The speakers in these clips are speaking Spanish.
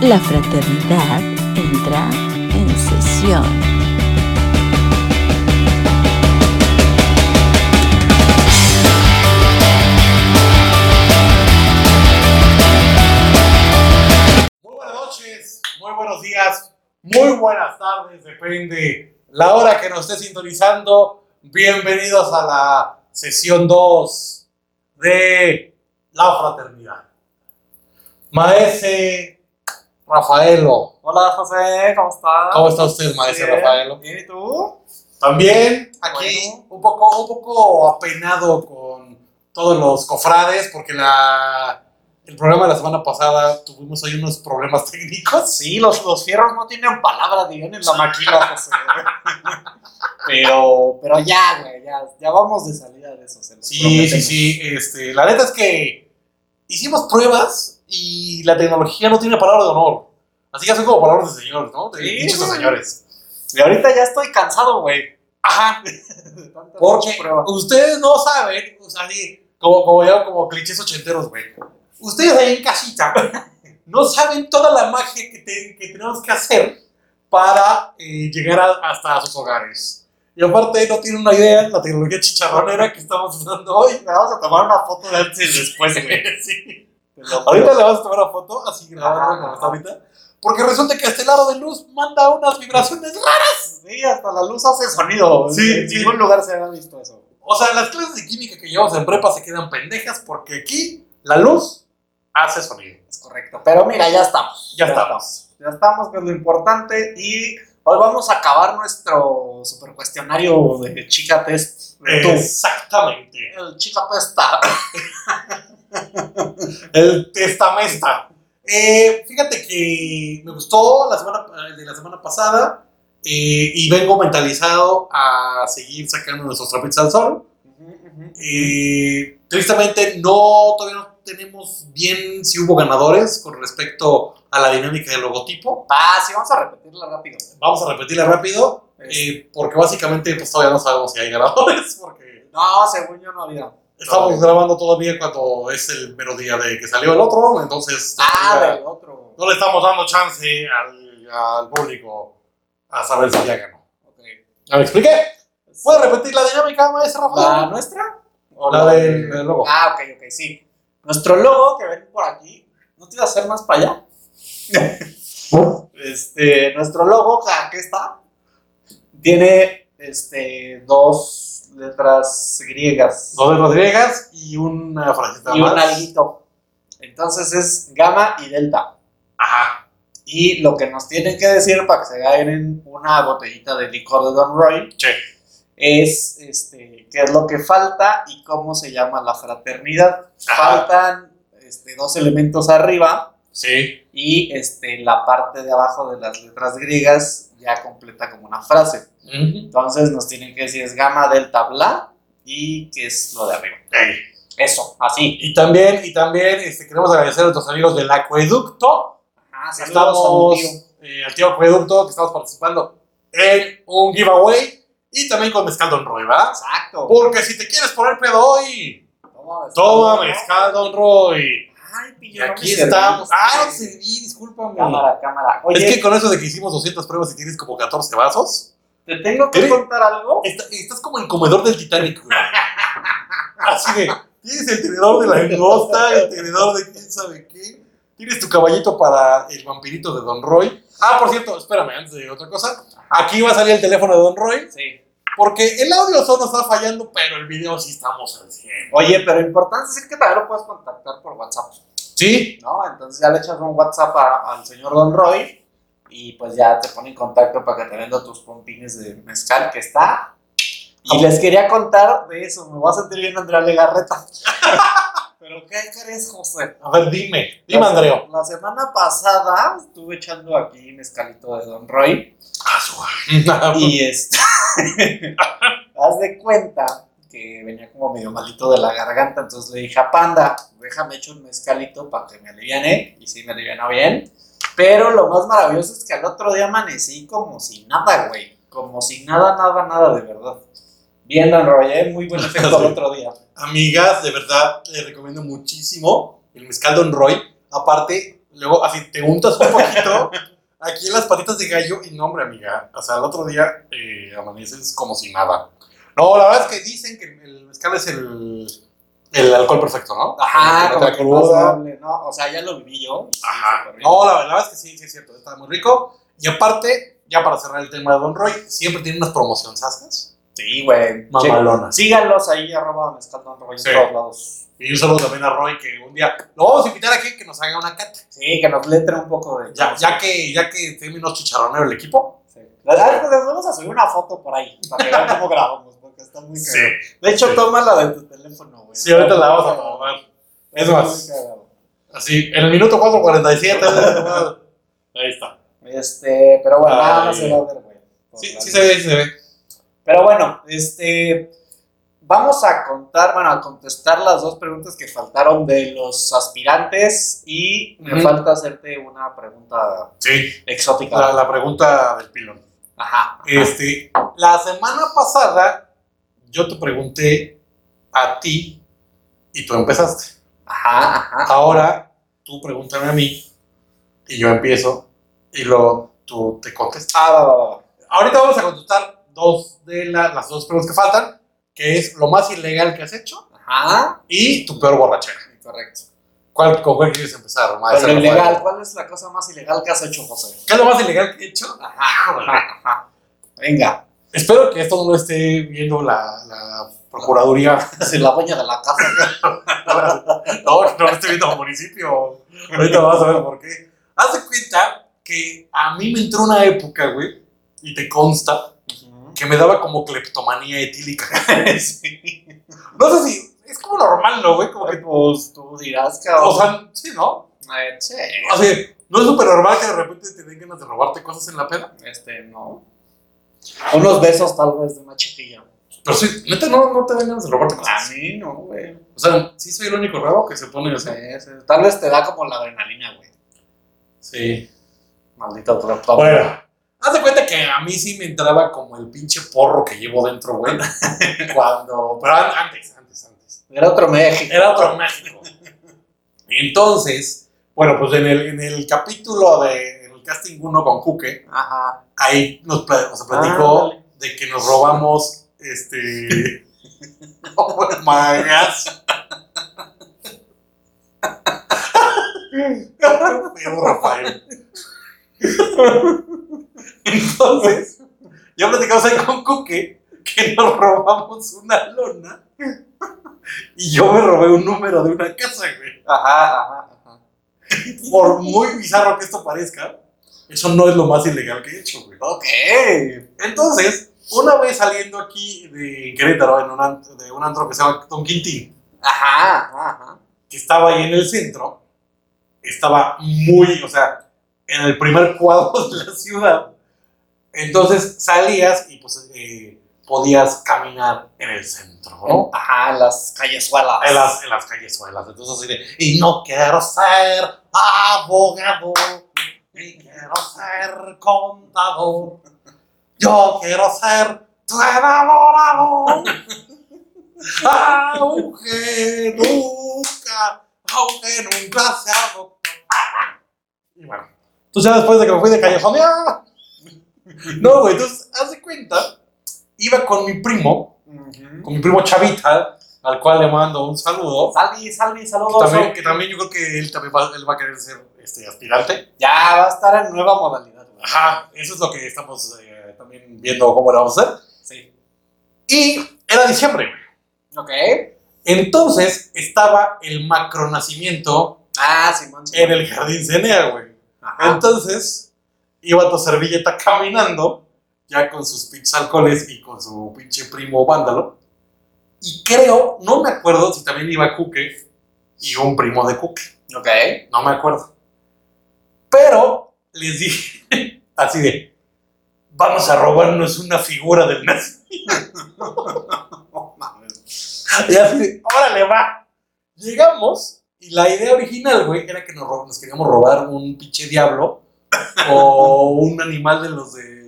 La fraternidad entra en sesión. Muy buenas noches, muy buenos días, muy buenas tardes, depende la hora que nos esté sintonizando. Bienvenidos a la sesión 2 de La Fraternidad. Maese Rafaelo, Hola José, ¿cómo estás? ¿cómo está usted, Maese Bien. Rafaelo? Bien, ¿y tú? También aquí Bueno. un poco, un poco apenado con todos los cofrades porque la, el programa de la semana pasada tuvimos ahí unos problemas técnicos. Sí, los, los fierros no tienen palabra, digan en la máquina, José. pero, pero ya, güey, ya, ya vamos de salida de eso. se los Sí, sí, prometemos. sí. Este, la neta es que hicimos pruebas y la tecnología no tiene palabra de honor. Así que son como palabras de señores, ¿no? De Sí, dichos de güey. señores. Y ahorita ya estoy cansado, güey. Ajá, de tantas porque pruebas. ustedes no saben, o sea, sí, como, como, ya, como clichés ochenteros, güey. Ustedes ahí en casita no saben toda la magia que, te- que tenemos que hacer para eh, llegar a- hasta sus hogares. Y aparte no tienen una idea la tecnología chicharronera que estamos usando hoy. Le vamos a tomar una foto de antes y después, güey. Sí. Te lo juro. Ahorita le vas a tomar una foto así grabando Ajá, como ajá. está ahorita. Porque resulta que este lado de luz manda unas vibraciones raras. Sí, hasta la luz hace sonido. Sí, en sí. ningún lugar se había visto eso. O sea, las clases de química que llevamos en prepa se quedan pendejas porque aquí la luz hace sonido. Es correcto. Pero mira, ya estamos. Ya estamos. Ya estamos, que es lo importante. Y hoy vamos a acabar nuestro super cuestionario de chica test. de tú. Exactamente. El chica testa. El testamesta. Eh, fíjate que me gustó la semana, el de la semana pasada eh, y vengo mentalizado a seguir sacando nuestros trapitos al sol. Eh, tristemente no todavía no tenemos bien si hubo ganadores con respecto a la dinámica del logotipo. Ah, sí, vamos a repetirla rápido. Vamos a repetirla rápido Este, eh, porque básicamente pues todavía no sabemos si hay ganadores porque No, según yo no había. estamos No. grabando todavía cuando es el mero día de que salió el otro, entonces Ah, todavía del otro. no le estamos dando chance al, al público a saber si ya ganó. Ok. ¿Ya me expliqué? ¿Puedes repetir la dinámica, maestra ¿La Rafael? nuestra? La, ¿O la del, de- del logo. Ah, ok, ok, sí. Nuestro logo que ven por aquí. ¿No te iba a hacer más para allá? Ah. Este, nuestro logo, o sea, aquí está. Tiene este, dos letras griegas Dos de Rodríguez y una frasecita y un más. alguito. Entonces es gamma y delta. Ajá. Y lo que nos tienen que decir para que se ganen una botellita de licor de Don Roy Che. es este, qué es lo que falta y cómo se llama la fraternidad. Ajá. Faltan este, dos elementos arriba. Sí. y este, la parte de abajo de las letras griegas ya completa como una frase. Entonces nos tienen que decir es gamma, delta, bla y qué es lo de arriba. Ey. Eso, así. Y también, y también este, queremos agradecer a nuestros amigos del acueducto. Ah, Estamos eh, al tío acueducto que estamos participando en un giveaway y también con mezcal Don Roy, ¿verdad? Exacto. Porque si te quieres poner pedo hoy, Toma, toma mezcal Don Roy. Ay, pillo, Y no me aquí serví. estamos. Ah, no serví, discúlpame. Cámara, cámara. Oye, Es que con eso de que hicimos 200 pruebas y tienes como 14 vasos. ¿te tengo que ¿Tiene- contar algo? Está- estás como el comedor del Titanic, güey. Así de, tienes el tenedor de la langosta, el tenedor de quién sabe qué. Tienes tu caballito para el vampirito de Don Roy. Ah, por cierto, espérame, antes de otra cosa. Aquí va a salir el teléfono de Don Roy, Sí. porque el audio solo está fallando, pero el video sí estamos al 100. Oye, pero importante es decir que también lo puedes contactar por WhatsApp. ¿Sí? ¿no? Entonces ya le echas un WhatsApp a- al señor Don Roy y pues ya te pone en contacto para que te venda tus pompines de mezcal que está. Ah. Y les quería contar de eso, me voy a sentir bien Andrea Legarreta. Pero ¿qué crees, José? A ver, dime. Dime, La- Andreo. La semana pasada estuve echando aquí mezcalito de Don Roy Ah, y este... haz de cuenta que venía como medio malito de la garganta, entonces le dije a Panda, déjame echo un mezcalito para que me aliviane, y sí me alivianó bien, pero lo más maravilloso es que al otro día amanecí como si nada, güey, como si nada, nada, nada de verdad. Bien, Don Roy, ¿eh? muy buen efecto al otro día. Amigas, de verdad, les recomiendo muchísimo el mezcal Don Roy. Aparte, Luego, así te untas un poquito aquí en las patitas de gallo. Y no, hombre, amiga. O sea, al otro día eh, amaneces como si nada. No, la verdad es que dicen que el mezcal es el, el alcohol perfecto, ¿no? Ajá, Como que no te como que cruda. pasable, ¿no? O sea, ya lo viví yo. y sí, Ajá. súper rico. No, la, la verdad es que sí, sí es cierto, está muy rico. Y aparte, ya para cerrar el tema de Don Roy, siempre tiene unas promociones Sí, güey. Mamalonas. Sí, Síganlos ahí, arroba donde está Don Roy en Sí. todos lados. Y un saludo también a Roy que un día lo vamos a invitar aquí que nos haga una cata. Sí, que nos letra un poco de... Ya, ya que, ya que tiene unos chicharroneros el equipo. Sí. La verdad es que les vamos a subir una foto por ahí, para que vean cómo grabamos, porque está muy cagado. De hecho, Sí. toma la de tu teléfono, güey. sí, ahorita la vamos a probar. Es más, así, en el minuto 4.47. Ahí está. Este, pero bueno, nada más Ay. se va a ver, güey. Sí, sí se ve, sí se ve. Pero bueno, este. Vamos a contar, bueno, a contestar las dos preguntas que faltaron de los aspirantes y me Ujú. falta hacerte una pregunta Sí, exótica. la, la pregunta del pilón. Ajá. Este, la semana pasada yo te pregunté a ti y tú empezaste. Ajá, ajá. Ahora tú pregúntame a mí y yo empiezo y luego tú te contestas. Ah, va, va, va, va. Ahorita vamos a contestar dos de la- las dos preguntas que faltan, que es lo más ilegal que has hecho Ajá. y tu peor borrachera. Correcto. ¿Cuál, ¿Con cuál quieres empezar? Pero maestra lo Rafael? ilegal, ¿cuál es la cosa más ilegal que has hecho, José? ¿Qué es lo más ilegal que he hecho? Ajá, ajá, ajá. Venga, Espero que esto no lo esté viendo la, la Procuraduría si la dueña de la casa. No, no lo estoy viendo como municipio. Ahorita vas a ver por qué. Haz de cuenta que a mí me entró una época, güey, y te consta, que me daba como cleptomanía etílica. sí. No sé si es como normal, ¿no, güey? Como que, Pues tú dirás, cabrón. o sea, sí, ¿no? Eh, sí. O sea, no es súper normal que de repente te den ganas de robarte cosas en la peda. Este, no. Unos besos tal vez de una chiquilla. Pero sí, neta, no, no te den ganas de robarte cosas. mí no, güey. O sea, sí soy el único raro que se pone así. Sí, sí. Tal vez te da como la adrenalina, güey. Sí. Maldito traptón. Bueno, haz de cuenta que a mí sí me entraba como el pinche porro que llevo dentro, güey. Cuando. Pero an- antes, antes, antes. Era otro México. Era otro mágico. Entonces, bueno, pues en el, en el capítulo de en el casting 1 con Cuque, Ajá. ahí nos pla- o sea, platicó Ándale. de que nos robamos este. oh, magas. Pedro Rafael. Entonces, ya platicamos ahí con Cuque que nos robamos una lona y yo me robé un número de una casa, güey. Ajá, ajá, ajá. Por muy bizarro que esto parezca, eso no es lo más ilegal que he hecho, güey. Ok. Entonces, una vez saliendo aquí de Querétaro, en un antro, de un antro que se llama Don Quintín, Ajá, ajá, ajá. que estaba ahí en el centro, estaba muy, o sea, en el primer cuadro de la ciudad. Entonces salías y pues eh, podías caminar en el centro, ¿no? Ajá, en las callezuelas. En las, en las callezuelas. Entonces así de, y no quiero ser abogado, ni quiero ser contador, yo quiero ser tu enamorado. Aunque nunca, aunque nunca se hago. Y bueno, entonces ya después de que me fui de callejonea. No, güey, entonces, haz de cuenta, iba con mi primo Ujú. con mi primo Chavita, al cual le mando un saludo. Salvi, salvi, Que saludos. también, que también yo creo que él también va, él va a querer ser este, aspirante. Ya va a estar en nueva modalidad, güey. Ajá, eso es lo que estamos eh, también viendo cómo lo vamos a hacer. Sí. Y era diciembre. güey. Ok. Entonces estaba el macronacimiento Ah, Simón. en Simón. el jardín Cenea, güey. Ajá. Entonces iba tu servilleta caminando, ya con sus pinches alcoholes y con su pinche primo vándalo. Y creo, no me acuerdo si también iba Cuque y un primo de Cuque. Ok. No me acuerdo. Pero les dije así de, vamos a robarnos una figura del nazi. No Oh, mames. Y así de, órale, va. Llegamos y la idea original, güey, era que nos, rob- nos queríamos robar un pinche diablo o un animal de los de...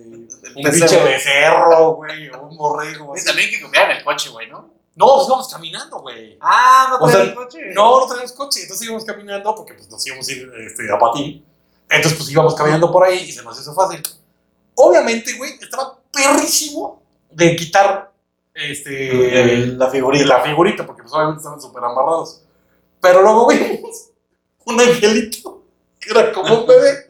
Un Becerro. pinche becerro, güey, o un borrego. Y así. también que comieran el coche, güey, ¿no? No, pues íbamos caminando, güey. Ah, no O traía sea, el coche. No, no teníamos coche, entonces íbamos caminando porque pues, nos íbamos a ir este, a Patín. Entonces, pues íbamos caminando por ahí y se nos hizo fácil. Obviamente, güey, estaba perrísimo de quitar este, El- Eh, la y figurita. la figurita, porque pues obviamente estaban súper amarrados. Pero luego vimos un angelito que era como un bebé.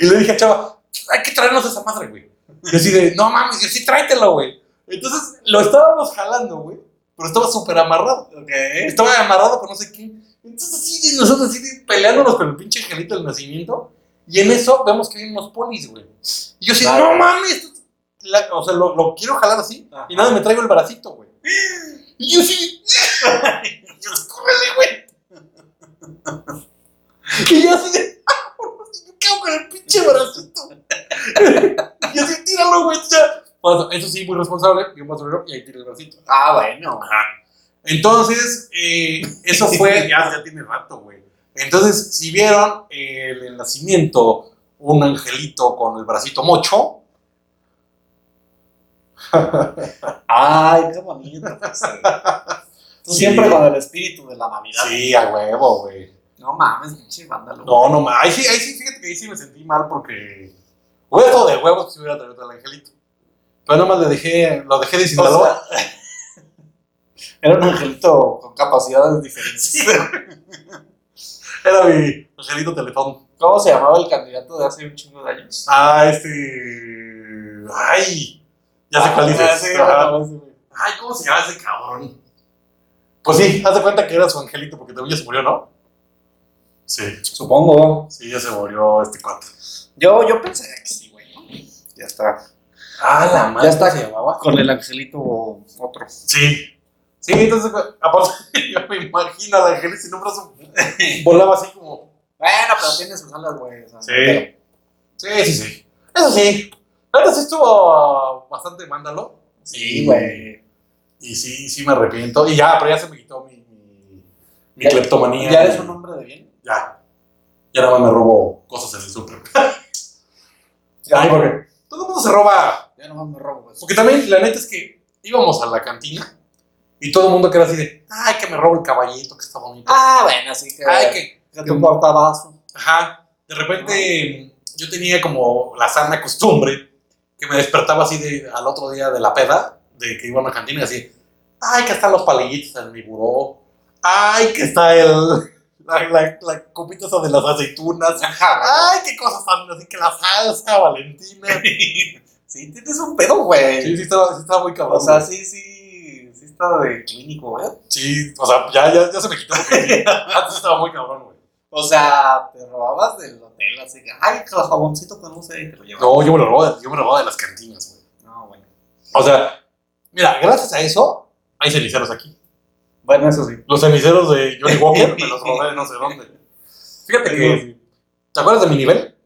Y le dije a Chava, hay que traernos esa madre, güey. Y así de, no mames, yo sí tráetelo, güey. Entonces lo estábamos jalando, güey, pero estaba súper amarrado. Ok. Estaba amarrado con no sé qué. Entonces así de nosotros así de peleándonos con el pinche angelito del nacimiento. Y en eso vemos que hay unos polis, güey. Y yo así, Claro. no mames. La- o sea, lo, lo quiero jalar así. Ajá. Y nada, me traigo el bracito, güey. Y yo así. y yo, córrele, güey. Y yo así de. "Ah, por favor, me cago con el pinche bracito. y yo así, tíralo, güey. ya". Bueno, eso sí, muy responsable. Yo más y ahí tiré el bracito. Ah, bueno. Ajá. Entonces, eh, eso fue. ya, ya tiene rato, güey. Entonces, si vieron eh, el, el nacimiento, un angelito con el bracito mocho. Ay, qué bonito. pues, eh. Tú Sí. siempre con el espíritu de la Navidad. Sí, a huevo, güey. No mames, pinche vándalo. No, no, ma- ahí sí, ahí sí, fíjate que ahí sí me sentí mal porque. Huevo de huevos que se hubiera traído el angelito. Pero nada más le dejé, lo dejé de O Sinaloa. sea, Era un angelito con capacidades diferentes. Era mi angelito teletón. ¿Cómo se llamaba el candidato de hace un chingo de años? Ah, este. Ay. Ya sé cuál dices. Ah, sí, Ajá. bueno, sí, güey. Ay, ¿cómo se llama ese cabrón? Pues sí, haz de cuenta que era su angelito porque también ya se murió, ¿no? Sí, Supongo. sí, ya se murió este cuate. Yo, yo pensaría que sí, güey. ¿no? Ya está. Ah, la madre. Ya está. Con el angelito otro. Sí. Sí, entonces, pues, aparte, yo me imagino al angelito sin un brazo volaba así como. Bueno, pero tiene sus alas, güey. o sea, Sí. pero- Sí, sí, sí. Eso sí. Pero sí estuvo bastante mándalo. Sí, güey. Y sí, sí me arrepiento. Y ya, pero ya se me quitó mi, mi, mi cleptomanía. Ya eres un hombre de bien. Ya. Ya nada más me robo cosas en el súper. Ya, Ay, porque todo el mundo se roba. ya nomás me robo, güey. Porque también la neta es que íbamos a la cantina y todo el mundo que era así de, ay, que me robo el caballito, que está bonito. Ah, bueno, así que. ay, que... que tu portabazo. Ajá. De repente yo tenía como la sana costumbre que me despertaba así de, al otro día de la peda, de que iba a una cantina y así, ay, que están los palillitos en mi buró. Ay, que está el... La, la, la copita esa de las aceitunas. Ay, qué cosas tan así que la salsa, Valentina. Sí, tienes un pedo, güey. Sí, sí, estaba, sí estaba muy cabrón. O sea, sí, sí. Sí, está de clínico, ¿eh? güey. Sí, o sea, ya, ya, ya se me quitó porque sí, antes estaba muy cabrón, güey. O sea, te robabas del hotel, así que, ay, el jaboncito con usted y te lo llevas. No, yo me lo robaba, yo me lo robaba de las cantinas, güey. No, bueno. O sea, mira, gracias a eso hay ceniceros aquí. Bueno, eso sí. Los ceniceros de Johnny Walker me los robé de no sé dónde. Fíjate que, ¿te acuerdas de mi nivel?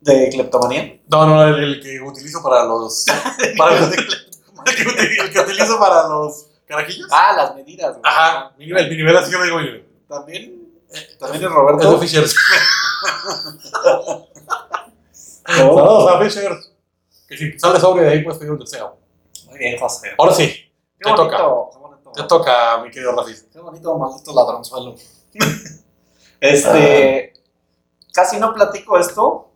¿De cleptomanía? No, no, el, el que utilizo para los... Para los el, que uti- el que utilizo para los carajillos. Ah, las medidas, güey. Ajá, mi nivel, mi nivel, así yo le digo mi nivel. También, eh, también es Es de Roberto. Fishers. No. Saludos a Fishers. Que si sales sobre de ahí puedes pedir un deseo. Muy bien, José. Ahora sí. Qué te bonito, toca. qué bonito. Te toca, mi querido Rafi. Qué bonito, maldito ladronzuelo. este. Casi no platico esto.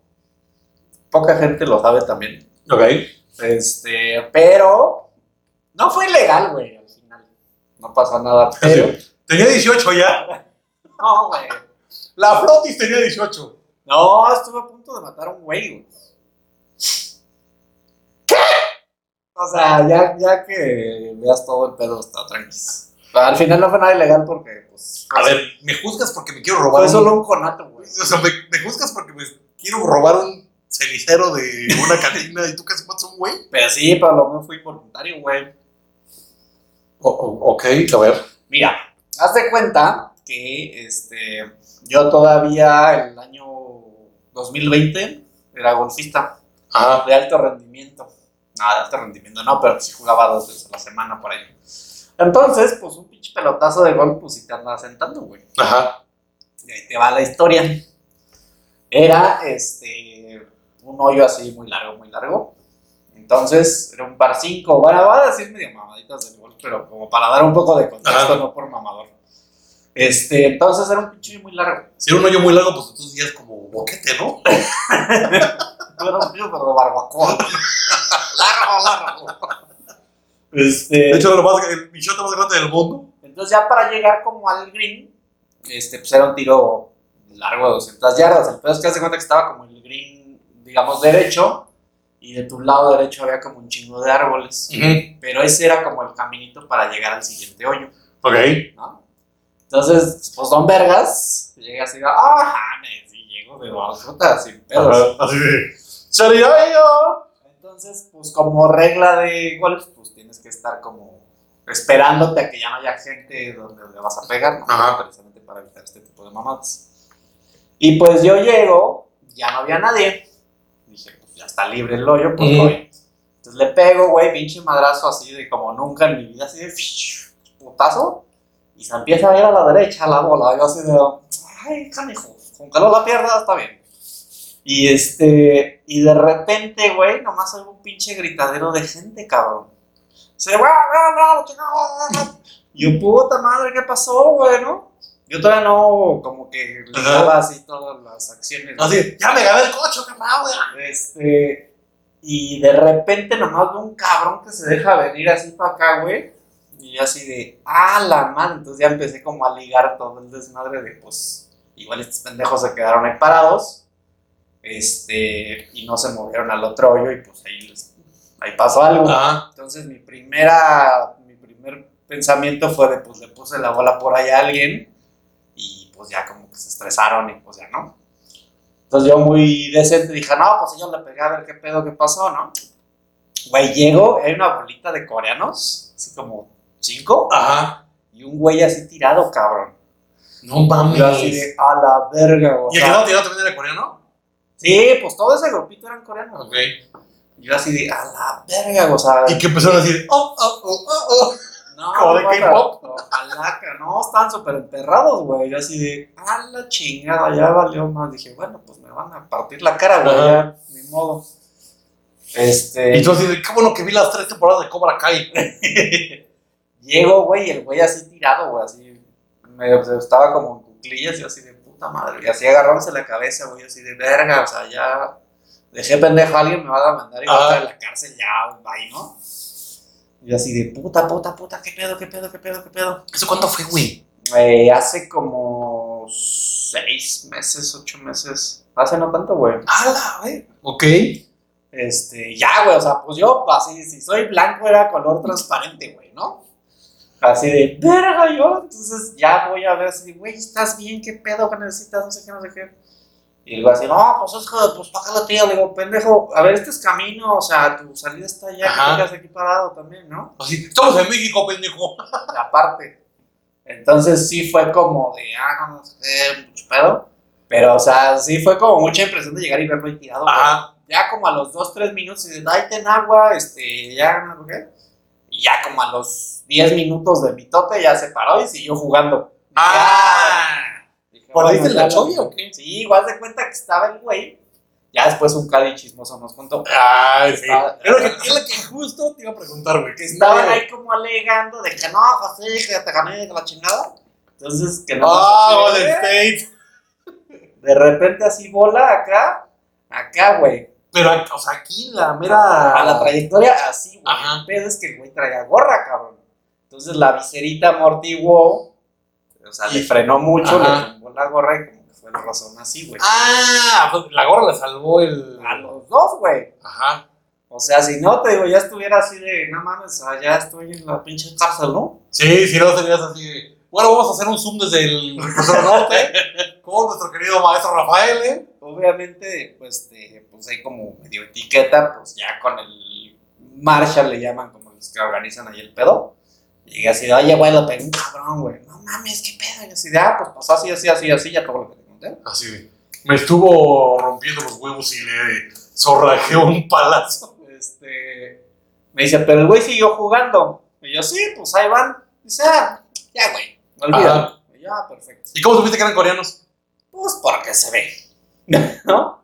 Poca gente lo sabe también. Ok. Este, pero. No fue ilegal, güey, al final. No pasó nada, ¿Ah, pero. Tenía 18 ya. No, güey. La Flotis tenía 18. No, estuve a punto de matar a un güey, güey. O sea, ya, ya que veas todo el pedo, está tranquilo. Al final no fue nada ilegal porque, pues. A ver, me juzgas porque me quiero robar. Fue un- solo un conato, güey. O sea, me, me juzgas porque me quiero robar un cenicero de una cantina y tú casi matas a un güey. Pero sí, pero lo mío fue involuntario, güey. ok, a ver. Mira, haz de cuenta que este, yo todavía el año 2020 era golfista Ajá. de alto rendimiento. No, de alto rendimiento no, pero sí jugaba dos veces a la semana por ahí. Entonces, pues un pinche pelotazo de golf, pues sí te anda sentando, güey. Ajá. Y ahí te va la historia. Era este un hoyo así muy largo, muy largo. Entonces, era un par 5, para va a decir medio mamaditas del gol, pero como para dar un poco de contexto, Ajá. no por mamador. Este, entonces era un pinche muy largo. Si era un hoyo muy largo, pues entonces ya es como boquete, ¿no? Era un hoyo, pero de barbacoa. largo, largo. Este, De hecho, era lo más, el bichote más grande del mundo. Entonces ya para llegar como al green, este, pues era un tiro largo de 200 yardas. El pedo es que hace cuenta que estaba como el green, digamos, derecho, y de tu lado derecho había como un chingo de árboles. Pero ese era como el caminito para llegar al siguiente hoyo, Ok. ¿no? Entonces, pues son vergas, llegas y digo, ah, james, y llego de dos frutas sin pedos. Ajá, Así de. "Sería yo". Entonces, pues como regla de golf, pues tienes que estar como esperándote a que ya no haya gente donde le vas a pegar, ¿no? Ajá. Precisamente para evitar este tipo de mamadas. Y pues yo llego, ya no había nadie. Dije, pues ya está libre el hoyo, pues Mm. voy. Entonces le pego, güey, pinche madrazo así de como nunca en mi vida, así de fiu, putazo. Y se empieza a ir a la derecha la bola. Yo así de, ay, canejo, con que no la pierda, está bien. Y este, y de repente, güey, nomás oigo un pinche gritadero de gente, cabrón. Se va, va, va, Y Yo, puta madre, ¿qué pasó, güey, no? Yo todavía no, como que le Ajá. Ah, daba así todas las acciones. Así de, ya me gané el coche, qué bravo, ya". Este, y de repente nomás veo un cabrón que se deja venir así para acá, güey. Y yo así de, ah, la madre. Entonces ya empecé como a ligar todo el desmadre de, pues, igual estos pendejos se quedaron ahí parados. Este, y no se movieron al otro hoyo y pues ahí, les- ahí pasó algo. Ajá. Entonces mi primera, mi primer pensamiento fue de, pues le puse la bola por ahí a alguien y pues ya como que se estresaron y pues ya no. Entonces yo muy decente dije, no, pues yo le pegué a ver qué pedo, qué pasó, ¿no? Güey, llego, hay una bolita de coreanos, así como cinco, Ajá. y un güey así tirado, cabrón. No mames. Yo así de, a la verga, güey. ¿Y el que estaba tirado también era coreano? Sí, pues todo ese grupito eran coreanos. Ok. güey. Yo así de, a la verga, güey, o sea, Y que empezaron a decir, oh, oh, oh, oh, oh. No, Como de banda, K-pop. Ojalá que no, están súper emperrados, güey. Yo así de, a la chingada, ya valió más. Dije, bueno, pues me van a partir la cara, güey, Ajá. ya, ni modo. Este. Y tú así de, qué bueno que vi las tres temporadas de Cobra Kai. Llego, güey, y el güey así tirado, güey, así. Me o sea, estaba como en cuclillas y así de puta madre. Y así agarrándose la cabeza, güey, así de verga, o sea, ya. Dejé pendejo a alguien, me va a mandar y va a Ajá. estar en la cárcel ya, bye, ¿no? Y así de puta, puta, puta, qué pedo, qué pedo, qué pedo, qué pedo. ¿Eso cuándo fue, güey? Eh, hace como seis meses, ocho meses. Hace no tanto, güey. ¡Hala, güey! Ok. Este, ya, güey, o sea, pues yo, así, si soy blanco era color transparente, güey, ¿no? Así de, verga, yo, entonces ya voy a ver así, güey, ¿estás bien? ¿Qué pedo que necesitas? No sé qué, no sé qué. Y luego así, no, pues es que, pues baja la tía, le digo, pendejo, a ver, este es camino, o sea, tu salida está allá, Ajá. que te quedas aquí parado también, ¿no? Así, estamos en México, pendejo. aparte. Entonces sí fue como de, ah, no sé, mucho pedo. Pero, o sea, sí fue como mucha impresión de llegar y verlo ahí tirado. güey. Ajá. Ya como a los 2, 3 minutos, y de, ay, ten agua, este, ya, no sé qué. Y ya como a los 10 minutos de mitote ya se paró y siguió jugando. Dije, Ah. ¿Por ahí bueno, te la ya chovia lo- o qué? Sí, igual de cuenta que estaba el güey. Ya después un cali chismoso nos contó. Ay, sí. Está- Es lo que, es lo que justo te iba a preguntar, güey. Ah, que estaban ahí como alegando de que no, José, que te gané de la chingada. Entonces, que no. ¡Ah, Golden State! de repente así bola acá, acá, güey. Pero, ac- o sea, aquí la A la mera. trayectoria así, güey. Ajá. El pedo es que el güey traía gorra, cabrón. Entonces la viserita amortiguó, o sea, le frenó mucho, Ajá. le tumbó la gorra y como que fue la razón así, güey. ¡Ah! pues la gorra la salvó el. A los dos, güey. Ajá. O sea, si no, te digo, ya estuviera así de, no mames, o sea, ya estoy en la pinche cárcel, ¿no? Sí, si no serías así. de, Bueno, vamos a hacer un zoom desde el Recurso Norte con nuestro querido maestro Rafael, ¿eh? Obviamente, pues, te- pues hay como medio etiqueta, pues ya con el Marshall le llaman como los que organizan ahí el pedo. Llegué así de, oye, güey, lo pegué un cabrón, güey. No mames, qué pedo. Y así de, ah, pues pasó así, así, así, así, ya todo lo que te conté. Así de, Me estuvo rompiendo los huevos y le zorrajeé un palazo. Este, me dice, pero el güey siguió jugando. Y yo, sí, pues ahí van. dice, ah, ya, güey, olvídalo. Ajá. Y yo, ah, perfecto. ¿Y cómo supiste que eran coreanos? Pues porque se ve, ¿no?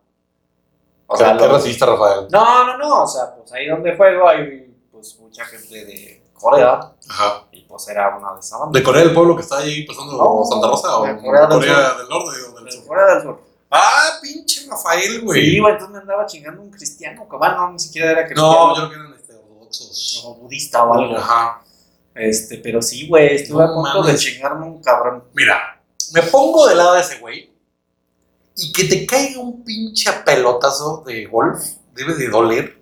O sea, ¿Qué lo- recibiste, Rafael? No, no, no, o sea, pues ahí donde juego hay pues mucha gente de Corea Ajá. y pues era una de esas bandas. ¿De Corea del Pueblo que está ahí pasando No, Santa Rosa o de Corea del del Norte? o del De Sur? Corea del Sur. Ah, pinche Rafael, Sí, güey. güey, entonces me andaba chingando un cristiano, que bueno, ni siquiera era cristiano. no, yo creo que eran este, ortodoxos. O budista o algo. Ajá. Este, pero sí, güey, estuve No a punto de mames. chingarme un cabrón. Mira, me pongo del lado de ese güey y que te caiga un pinche pelotazo de golf debe de doler,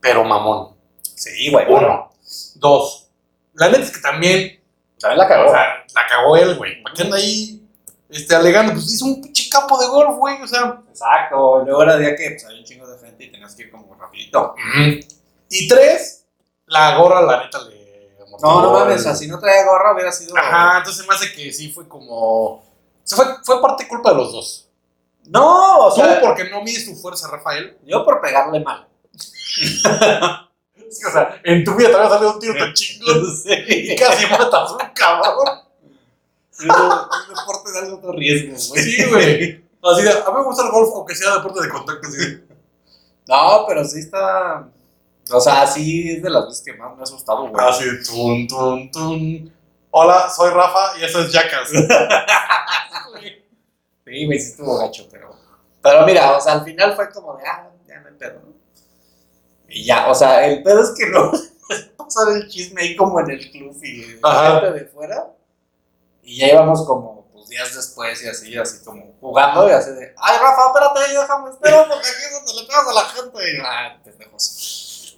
pero mamón. Sí, güey. bueno, Uno. Dos. La neta es que también También la O cagó. sea, la cagó él, güey. ¿Para qué anda ahí este, alegando? Pues hizo un pinche capo de golf, güey. O sea. Exacto. Luego era día que pues, había un chingo de gente y tenías que ir como rapidito. Y tres, la gorra, la neta, le amortiguó No, no el- mames, o sea, si no traía gorra hubiera sido. Ajá, entonces me hace que sí fue como. se fue, fue parte culpa de los dos. No, o Tú sea, porque no mides tu fuerza, Rafael. yo por pegarle mal. Sí, o sea, en tu vida te había salido un tiro tan chingón y Sí. casi matas a un cabrón. Es un deporte de alto riesgo, güey. Sí, güey. Así de, a mí me gusta el golf, aunque sea deporte de contacto. así de, No, pero sí está. O sea, sí es de las veces que más me ha asustado, güey. Así de tun, tun, tun. Hola, soy Rafa y esto es Jackass. Sí, güey, sí estuvo gacho, pero. Pero mira, o sea, al final fue como de, ah, ya me pedo, ¿no? Y ya, o sea, el pedo es que no pasar el chisme ahí como en el club y eh, Ajá. gente de fuera. Y ya íbamos como pues, días después y así, así como jugando y así de, ay, Rafa, espérate, déjame, espera, porque aquí es donde le pegas a la gente. Y, ah, pendejos.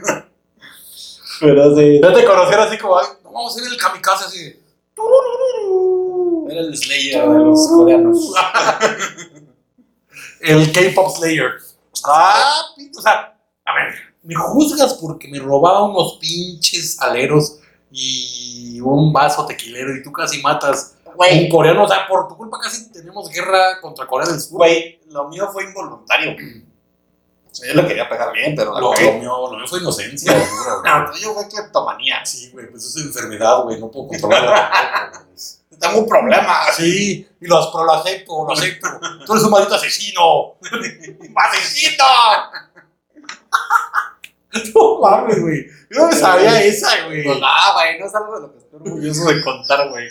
pero sí. Yo te conociera así como, ay, no vamos a ir en el kamikaze así. de, Era el Slayer de los coreanos. El K-pop Slayer. Ah, pito, o sea, a ver, me juzgas porque me robaba unos pinches aleros y un vaso tequilero y tú casi matas a un Güey, coreano. O sea, por tu culpa casi tenemos guerra contra Corea del Sur. Güey, lo mío fue involuntario. O sea, yo lo quería pegar bien, pero Lo, lo mío, lo mío fue inocencia. dura, güey. No, lo tuyo fue cleptomanía. Sí, güey, pues es enfermedad, güey, no puedo controlarla. tampoco, güey. Tengo un problema. pues Sí, y los pro lo acepto, lo acepto. Tú eres un maldito asesino. ¡Asesino! No mames, güey. Yo no me sabía esa, güey. Pues nada, güey, no es algo de lo que estoy orgulloso de contar, güey.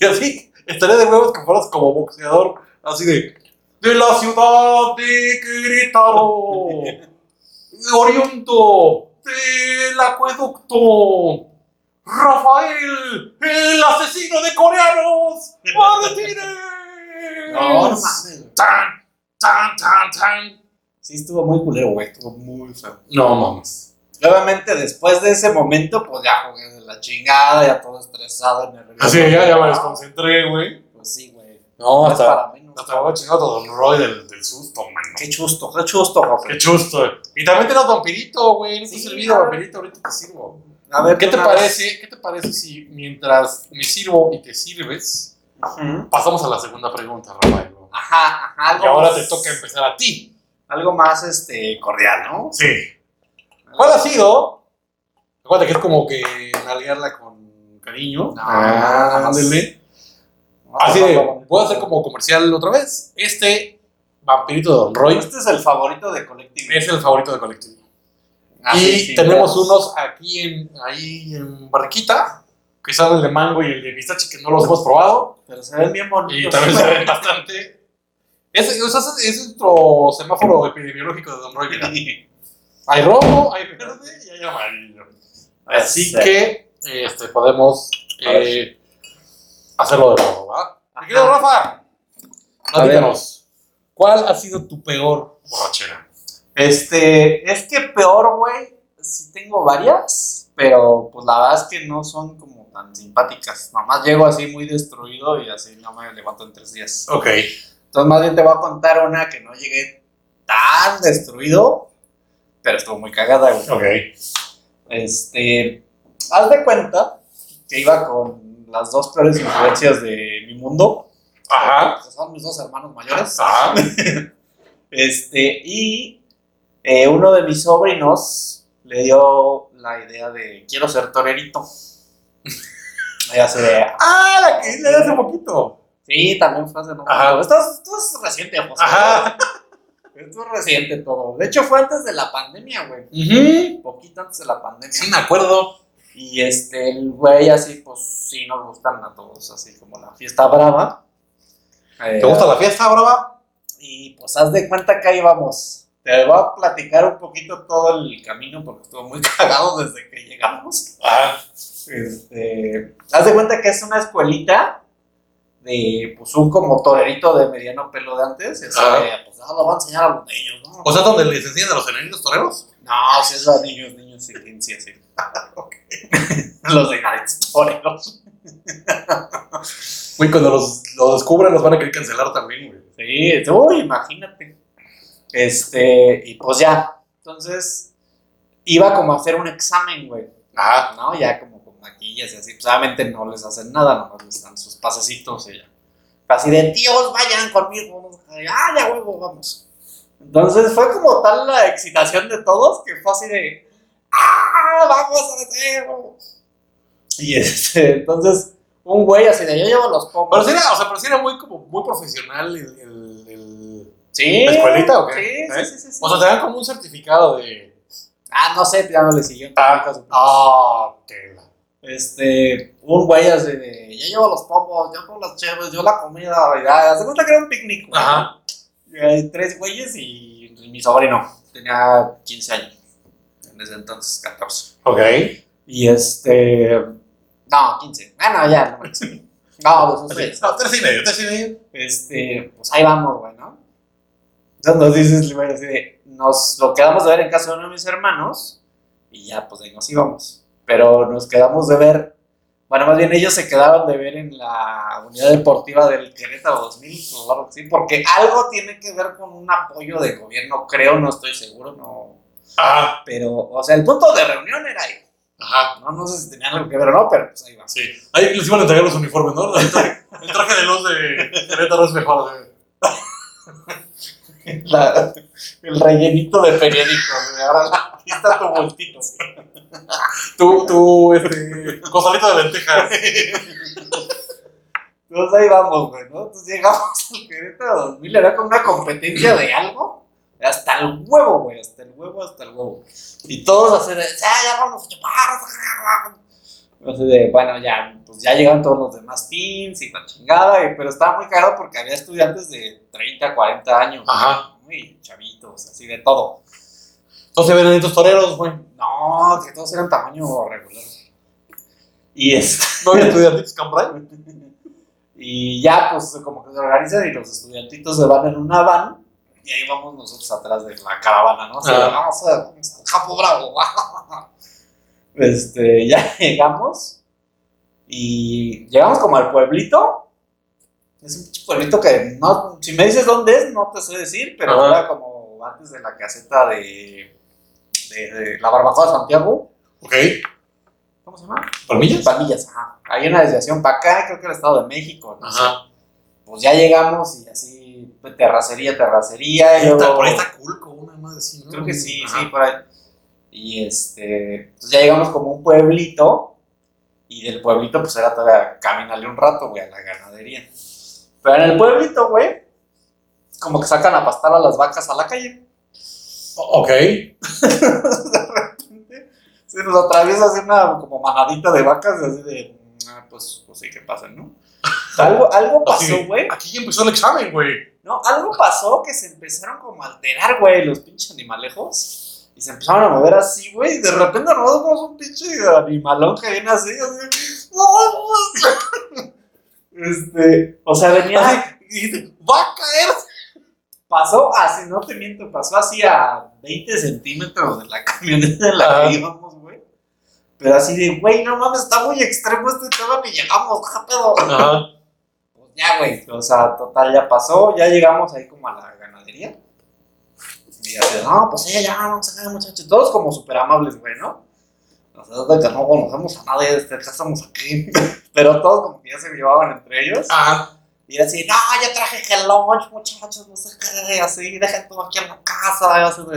Y así, estaría de huevos que fueras como boxeador, así de. De la ciudad de Querétaro, oriundo del acueducto, Rafael, el asesino de coreanos, Martínez. No, no mames, güey. tan, tan, tan, tan. Sí, estuvo muy culero, güey. Estuvo muy feo. No mames. Y Obviamente, después de ese momento, pues ya jugué de la chingada, ya todo estresado. nervioso. Así, Ah, ya, ya me desconcentré, güey. Pues sí, güey. No, No es para menos. Hasta me voy chingado Don Roy del, del susto, mano. Qué chusto, qué chusto, Qué Jorge. chusto. Y también tenés vampirito, güey. No te he Sí, servido, a ver. vampirito, ahorita te sirvo. A ver, ¿Qué te una vez- parece? ¿Qué te parece si mientras me sirvo y te sirves, Ujú. pasamos a la segunda pregunta, Rafael? Ah, ¿no? Ajá, ajá. algo Y ahora más- te toca empezar a ti. algo más este cordial, ¿no? Sí. ¿Cuál ha sido? Recuerda que es como que nalguearla con cariño. Ah, Ándele. Así de, voy a hacer como comercial otra vez. Este vampirito de Don Roy Este es el favorito de Collective. es el favorito de colectivo. Ah, y sí, sí, tenemos claro. unos aquí en, ahí en Barquita, que son el de mango y el de pistache, que no los hemos probado. Pero se ven bien Y bonitos. también se ven bastante. Ese o sea, ese- ese es nuestro semáforo epidemiológico de Don Roy. mira. Hay rojo, hay verde y hay amarillo. Así Sí. que este, podemos A ver. eh, hacerlo de nuevo, ¿va? Mi Ajá. querido Rafa, A ver. platícanos. ¿Cuál ha sido tu peor borrachera? Este, es que peor, güey, sí tengo varias, pero pues la verdad es que no son como tan simpáticas. Nomás llego así muy destruido y así no me levanto en tres días. Ok. Entonces más bien te voy a contar una que no llegué tan destruido, pero estuvo muy cagada, güey. Ok. Este, haz de cuenta que iba con las dos peores influencias de mi mundo. Ajá. que Son mis dos hermanos mayores. Ajá. Este, y eh, uno de mis sobrinos le dio la idea de quiero ser torerito. Ya se ve. Ah, la que le hace poquito. Sí, también fue hace no. Ajá. Esto es, esto es reciente, José. Ajá. Esto es reciente todo. De hecho, fue antes de la pandemia, güey. Ujú. Poquito antes de la pandemia. Sí, me acuerdo. Y este, el güey así, pues sí nos gustan a todos, así como la fiesta brava. Eh, ¿Te gusta la fiesta, brava? Y pues haz de cuenta que ahí vamos. Te voy a platicar un poquito todo el camino porque estuvo muy cagado desde que llegamos. Este, haz de cuenta que es una escuelita de pues un como torerito de mediano pelo de antes. Eso, Ah. eh, pues ah, lo van a enseñar a los niños, ¿no? O sea, donde les enseñan a los enemigos toreros. No, si es a niños, niños, sí, sí, sí. sí. los de toreros. Güey, cuando los, los descubran, los van a querer cancelar también, güey. Sí, uy, imagínate. Este, y pues ya. Entonces, iba como a hacer un examen, güey. Ajá. ¿no? Ya como con maquillas y así. Pues obviamente no les hacen nada, nomás les dan sus pasecitos y ya. Así de tíos, vayan conmigo. Ah, ya huevo, vamos. Entonces fue como tal la excitación de todos que fue así de. ¡Ah! ¡Vamos a hacer! Y este, entonces, un güey así de yo llevo los Pero pomos. sí era, o sea, pero sí era muy, como, muy profesional el, el- el- Sí. ¿La escuelita o qué? Sí, sí, ¿Eh? sí, sí, sí. O sea, te dan como un certificado de... Ah, no sé, ya no le siguió. Ah, qué la- Este, un güey así de, yo llevo los pomos, yo pongo las cheves, yo la comida, ya, se nota que era un picnic. güey. Ajá. Y hay tres güeyes y mi sobrino, tenía 15 años, en ese entonces 14. Ok. Y este, no, 15, bueno, ya, no manches. No, pues, no sé. No, tres y medio, tres y medio. Este, pues ahí vamos, güey, ¿no? Entonces nos dices, Slimane, así de, nos lo quedamos de ver en casa de uno de mis hermanos y ya, pues ahí nos íbamos. Pero nos quedamos de ver, bueno, más bien ellos se quedaron de ver en la unidad deportiva del Querétaro 2000, o algo así, porque algo tiene que ver con un apoyo de gobierno, creo, no estoy seguro, no. Ajá. Pero, o sea, el punto de reunión era ahí. Ajá. No, no sé si tenía algo que ver o no, pero pues ahí vamos. Sí. Ahí les iban a entregar los uniformes, ¿no? El traje, el traje de luz de Querétaro es mejor. güey. La- el rellenito de periódicos, güey, ahora la- aquí está tu bultito. Tú, tú, este... Costalito de lentejas. Entonces ahí vamos, güey, ¿no? Entonces llegamos al Querétaro 2000, era como una competencia de algo. Hasta el huevo, güey, hasta el huevo, hasta el huevo. Y todos así de, "Ah, ya vamos a chupar. Entonces, de, bueno, ya, pues ya llegaron todos los demás teams y la chingada, y- pero estaba muy caro porque había estudiantes de 30, 40 años. Ajá. Muy chavitos, así de todo. Entonces ven estos toreros, güey. No, que todos eran tamaño regular. Y este. ¿No había estudiantes cambray? Y ya, pues, como que se organizan y los estudiantitos se van en una van. Y ahí vamos nosotros atrás de la caravana, ¿no? O sea, Ah. vamos a, vamos a Japo Bravo. este, ya llegamos. Y llegamos como al pueblito. Es un pinche pueblito que, no, si me dices dónde es, no te sé decir, pero Ajá. era como antes de la caseta de, de- de la barbacoa de Santiago. Ok. ¿Cómo se llama? ¿Palmillas? Palmillas, ajá. Hay una desviación para acá, creo que era Estado de México, no sé Ajá. pues ya llegamos y así pues, terracería, terracería. Y Está- luego, Por ahí está Culco, una madre así, ¿no? creo que sí, Ajá. sí, por ahí. Y este, entonces ya llegamos como a un pueblito y del pueblito pues era todavía caminarle un rato, güey, a la ganadería. Pero en el pueblito, güey, como que sacan a pastar a las vacas a la calle. Ok. Se nos atraviesa así una como manadita de vacas y así de, "Ah, pues, pues sí, ¿qué pasa, no? Algo, algo Así. pasó, güey. Aquí ya empezó el examen, güey. No, algo pasó que se empezaron como a alterar, güey, los pinches animalejos. Y se empezaron a mover así, güey. Y de repente nos vemos un pinche animalón que viene así, así. Este, o sea, venía, Así, y dijiste, va a caer. pasó así, no te miento, pasó así a 20 centímetros de la camioneta en la Ajá. que íbamos, güey. Pero así de, güey, no mames, está muy extremo este tema, ni llegamos, ja, pedo. Ajá. Pues ya, güey. O sea, total, ya pasó. Ya llegamos ahí como a la ganadería. Y así, no, pues ya, ya, vamos a ver, muchachos. Todos como súper amables, güey, ¿no? Nosotros que no conocemos a nadie, este, ya estamos aquí. Pero todos como que ya se llevaban entre ellos. Ajá. Y era así, no, yo traje el lunch, muchachos, no sé qué, así, dejen todo aquí en la casa, y así de...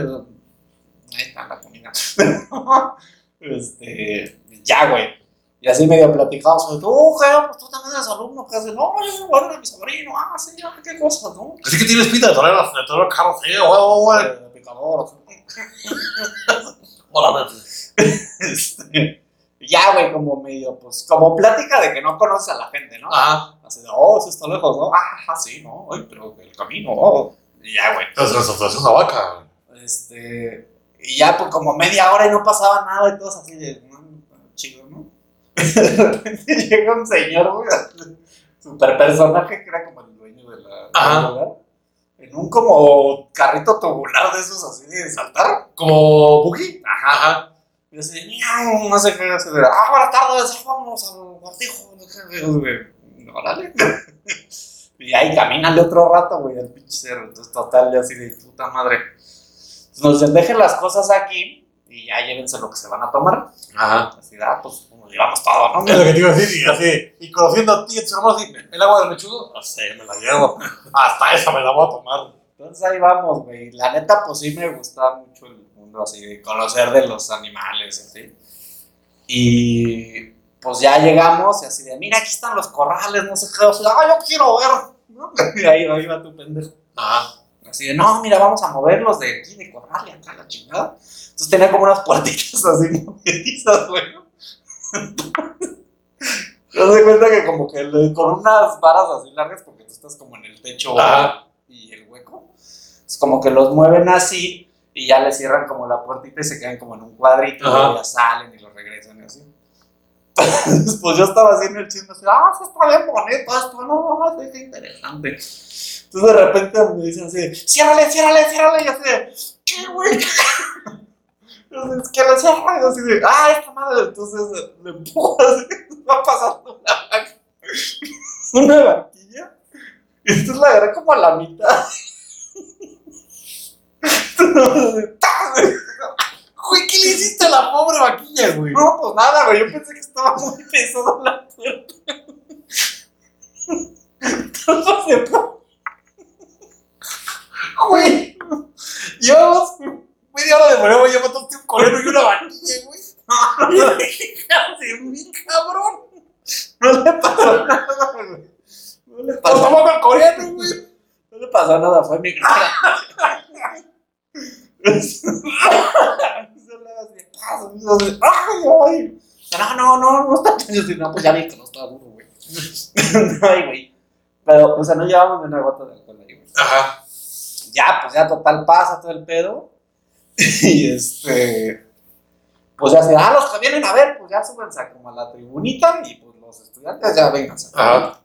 Ahí está la comida. este, ya, güey. Y así medio platicamos, sobre todo, oh, Jairo, pues tú también eres alumno, que haces, no, yo soy bueno de mi sobrino, ah, sí, ah, qué cosas, ¿no? Así que tienes pinta de torero, de torero caro feo, huevo, güey. De picador, así. Hola, güey. Este, ya, güey, como medio, pues, como plática de que no conoces a la gente, ¿no? Ajá. Así de, oh, eso está lejos, ¿no? Ah, ah, sí, no, ay, pero el camino, oh. Y ya, güey. Entonces, resultó es una vaca, güey. Este, y ya, pues, como media hora y no pasaba nada y todos así de, no, chido, ¿no? De repente llega un señor, güey, super personaje que era como el dueño de la... Ajá. del lugar, En un como carrito tubular de esos así de saltar. Como Boogie. Ajá. Y así, de, "Miau", no sé qué, así de, ah, buenas tardes, vamos al cortijo, no sé qué, güey. Órale. Y ahí camínale otro rato, güey, al pinche cerro. Entonces, total, de así de puta madre. Entonces, nos dicen, dejen las cosas aquí y ya llévense lo que se van a tomar. Ajá. Así de, ah, pues nos llevamos todo, ¿no? Es lo que te iba a decir, y así. Y conociendo a ti, y a tus hermanos, y el agua del mechudo, no sé, me la llevo. Hasta esa me la voy a tomar. Entonces ahí vamos, güey. La neta, pues sí me gustaba mucho el mundo así, de conocer de los animales, así. Y pues ya llegamos y así de, mira, aquí están los corrales, no sé qué. O sea, ah, yo quiero ver. ¿no? Y ahí, ahí va tu pendejo. Ajá. Así de, no, mira, vamos a moverlos de aquí, de corral y acá, la chingada. Entonces tenía como unas puertitas así movedizas, güey. Te das cuenta que como que le- con unas varas así largas, porque tú estás como en el techo Ajá. y el hueco, es como que los mueven así y ya le cierran como la puertita y se quedan como en un cuadrito Ajá. y ya salen y los regresan y así. Entonces, pues yo estaba haciendo el chisme así, ah, eso está bien bonito esto, no, no, sí, qué interesante. Entonces de repente me dicen así, ciérrale, ciérrale, ciérrale, y así de, ¿qué, güey? Entonces, que la cierra, y así de, ah, esta madre, entonces le empujas, va pasando una vaca, una vaquilla, y entonces la agarré como a la mitad. Entonces, ¡tas! Güey, ¿qué le hiciste a la pobre vaquilla, güey? No, pues nada, güey. Yo pensé que estaba muy pesada la puerta. Entonces se fue. Güey. Llevamos media hora de moreno, ya mataste un corero y una vaquilla, güey. Casi mi cabrón. No le pasó nada, güey. No le Nos pasó, tomamos el corero, güey. no le pasó nada, fue mi cara. Se la hace, ah, se hizo así, ay, ay. No, no, no, no está tan- yo sí, No, pues ya vi que no estaba duro, güey. Ay, güey. Pero, o sea, no llevamos ni una gota de alcohol ahí, güey. Ajá. Ya, pues ya total pasa todo el pedo. Y este. Pues ya se, ah, los que vienen a ver, pues ya súbanse a como a la tribunita y pues los estudiantes ya vengan. Ajá.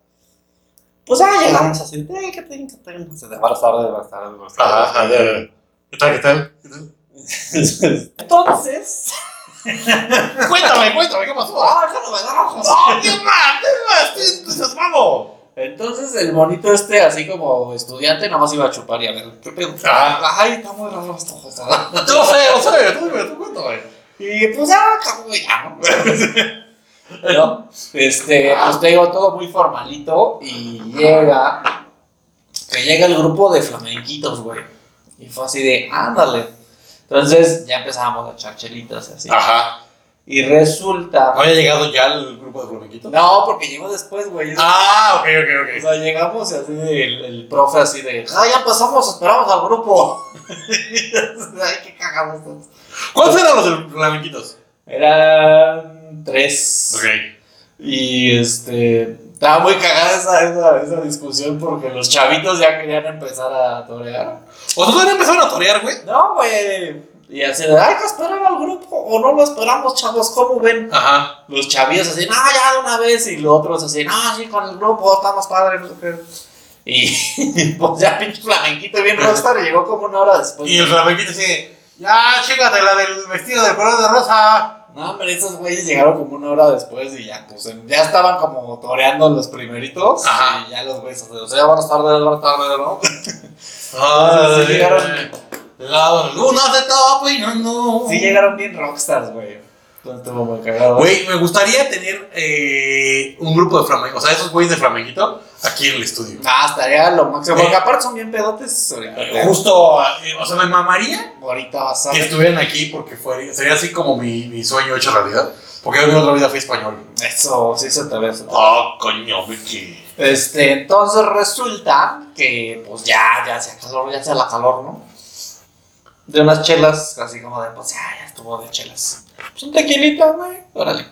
Pues ya llegamos así, "Eh, ¿qué tienen que tener? Pues, de Buenas tardes, buenas tardes, buenas Ajá, tardes. ajá. ya, ya. ¿Qué tal, qué tal? ¿Qué tal? Entonces. Cuéntame, cuéntame, ¿qué pasó? ¡Ah, déjalo, déjalo! ¡Oh, qué mal! ¡Qué mal! ¡Estoy entusiasmado! Entonces el monito este, así como estudiante, nada más iba a chupar y a ver qué pedo. Ajá. Ay, está muy raro esta cosa. Yo sé, yo sé, tú dime, tú cuéntame. Y pues ya, acabó ya, ¿no? ¿no? Este, pues te digo, todo muy formalito y llega, que llega el grupo de flamenquitos, güey. Y fue así de, ándale. Entonces ya empezábamos a echar chelitas y así. Ajá. Y resulta... ¿Había llegado ya el grupo de flamenquitos? No, porque llegó después, güey. Ah, ok, ok, O ok. sea, llegamos y así de- el, el profe así de, ah, ya pasamos, esperamos al grupo. Ay, qué cagamos todos. ¿Cuántos eran los del flamenquitos? Eran tres. Ok. Y este. Estaba muy cagada esa, esa, esa discusión porque los chavitos ya querían empezar a torear. ¿O tú también empezaron a torear, güey? No, güey. Y así de, hay que esperar al grupo o no lo esperamos, chavos, ¿cómo ven? Ajá. Los chavillos así, no, ya de una vez. Y los otros así, no, sí, con el grupo, estamos padres. no sé qué. Y pues ya pinche flamenquito bien rockstar llegó como una hora después. Y el flamenquito dice, ya, chígate, la del vestido de color de rosa. No, hombre, esos güeyes llegaron como una hora después y ya, pues em- ya estaban como toreando los primeritos. Ajá. Y ya los güeyes, o sea, buenas tardes, buenas tardes, ¿no? Ay, Sí llegaron. La luna se estaba peinando. Sí llegaron bien rockstars, güey. Entonces estuvo muy cagado. Güey, me gustaría tener eh, un grupo de flamenquitos, o sea, esos güeyes de flamenquito, aquí en el estudio. Ah, estaría lo máximo. Sí. Porque aparte son bien pedotes Eh, ahorita. Justo, eh, o sea, me mamaría Ahorita vas a que estuvieran aquí porque fue- sería así como mi, mi sueño hecho realidad. Porque yo en otra vida fui español. Eso, sí se te ve. se te ve. Oh, coño, Vicky. Este, entonces resulta que pues ya, ya sea calor, ya sea la calor, ¿no? De unas chelas, así como de, pues ya, ya estuvo de chelas. Pues un tequilita, güey, órale.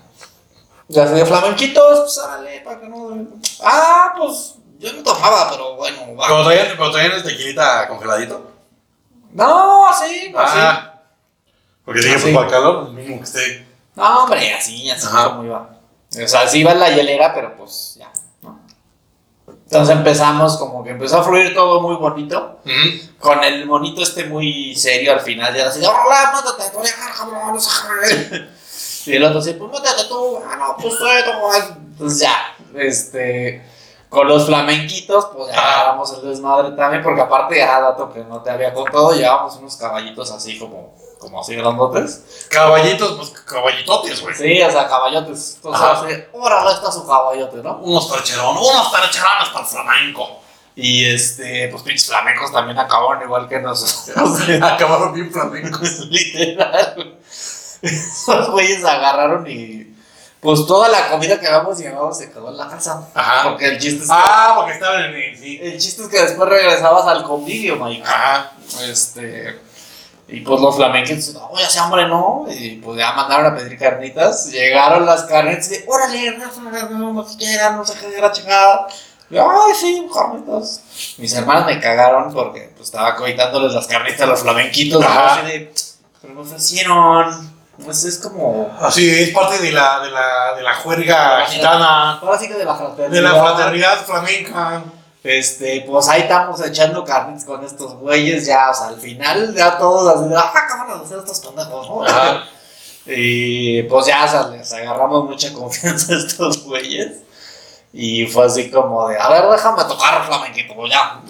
Ya se de flamenquitos, pues órale, para que no... Ah, pues yo no tomaba, pero bueno, va. Pero traían, pero traían el tequilita congeladito. No, así, así. Ah. Porque dije, Ah, pues sí. para el calor, el mismo que esté. No, hombre, así, así Ajá. como iba. O sea, así iba en la hielera, pero pues ya, ¿no? Entonces empezamos, como que empezó a fluir todo muy bonito. Ujú. Con el monito este muy serio al final, ya así, ¡Hola, mátate! ¡Te voy a dejar, cabrón! no sé qué". Y el otro así, pues mátate tú, ah, no, pues soy tú, ay". Entonces ya, este, con los flamenquitos, pues ya Ah. vamos el desmadre también, porque aparte ya, dato que no te había contado, llevábamos unos caballitos así como, como así grandotes. Caballitos, pues caballitotes, güey. Sí, o sea, caballotes. Entonces, Ajá. así, órale, está su caballote, ¿no? Unos percherones, unos percherones para el flamenco. Y este, pues pinches flamencos también acabaron igual que nosotros. Acabaron bien flamencos. Literal. Esos güeyes agarraron y. Pues toda la comida que habíamos llevado se quedó en la casa. Ajá. Porque el chiste es que, Ah, porque estaban en el. sí. el chiste es que después regresabas al convivio, Mike. Ajá. Este. Y pues los flamencos, no, ya se hambre, no. Y pues ya mandaron a pedir carnitas. Llegaron las carnitas y, órale, Rafa, no, no quieran, no sé qué era chingada. Y, ay, sí, carnitas. Mis hermanas me cagaron porque pues, estaba coitándoles las carnitas a los flamenquitos. Ajá. Ajá. de, pero me ofrecieron. Pues es como. Así es parte de la, de la, de la juerga gitana, Ahora sí que de la fraternidad. de la fraternidad flamenca. Este, pues ahí estamos echando carnitas con estos güeyes. Ya, o sea, al final, ya todos así de, ah, cámara, estos pendejos, ¿no? Ajá. Y pues ya sa- les agarramos mucha confianza a estos güeyes. Y fue así como de, a ver, déjame tocar flamenquito, pues, ya.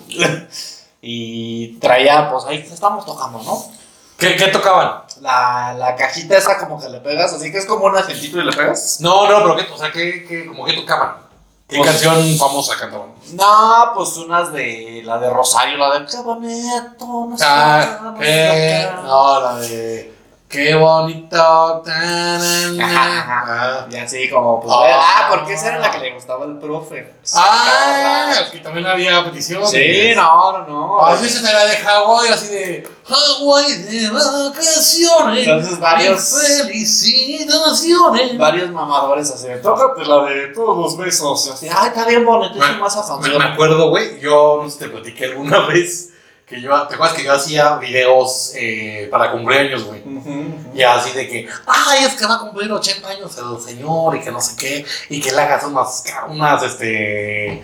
Y traía, pues ahí estamos tocando, ¿no? ¿Qué, ¿Qué tocaban? La, la cajita esa como que le pegas, así que es como un acentito y le pegas. No, no, pero ¿qué, o sea, ¿qué, qué, como qué tocaban? ¿Qué Pues- canción famosa cantaban? No, pues unas de, la de Rosario, la de, qué bonito, no sé, Ah, no sé eh, qué". no, la de Qué bonito. ta, na, Ah, Ajá. na. Y así como, pues, Ah. ah, porque esa era la que le gustaba al profe. Ah, es que también había petición. Sí, no, no, no. A veces era de Hawái, así de Hawái de vacaciones. Entonces varios, Felicitaciones. varios mamadores así de, tócate la de todos los besos. Y así, ay, está bien Bueno, bonitísima esa Me, me canción. acuerdo, güey, yo no sé si te platiqué alguna vez que yo, ¿te acuerdas que yo hacía videos eh, para cumpleaños, güey? Ujú, Y así de que, ay, es que va a cumplir 80 años el señor y que no sé qué, y que le hagas unas, ca- unas, este,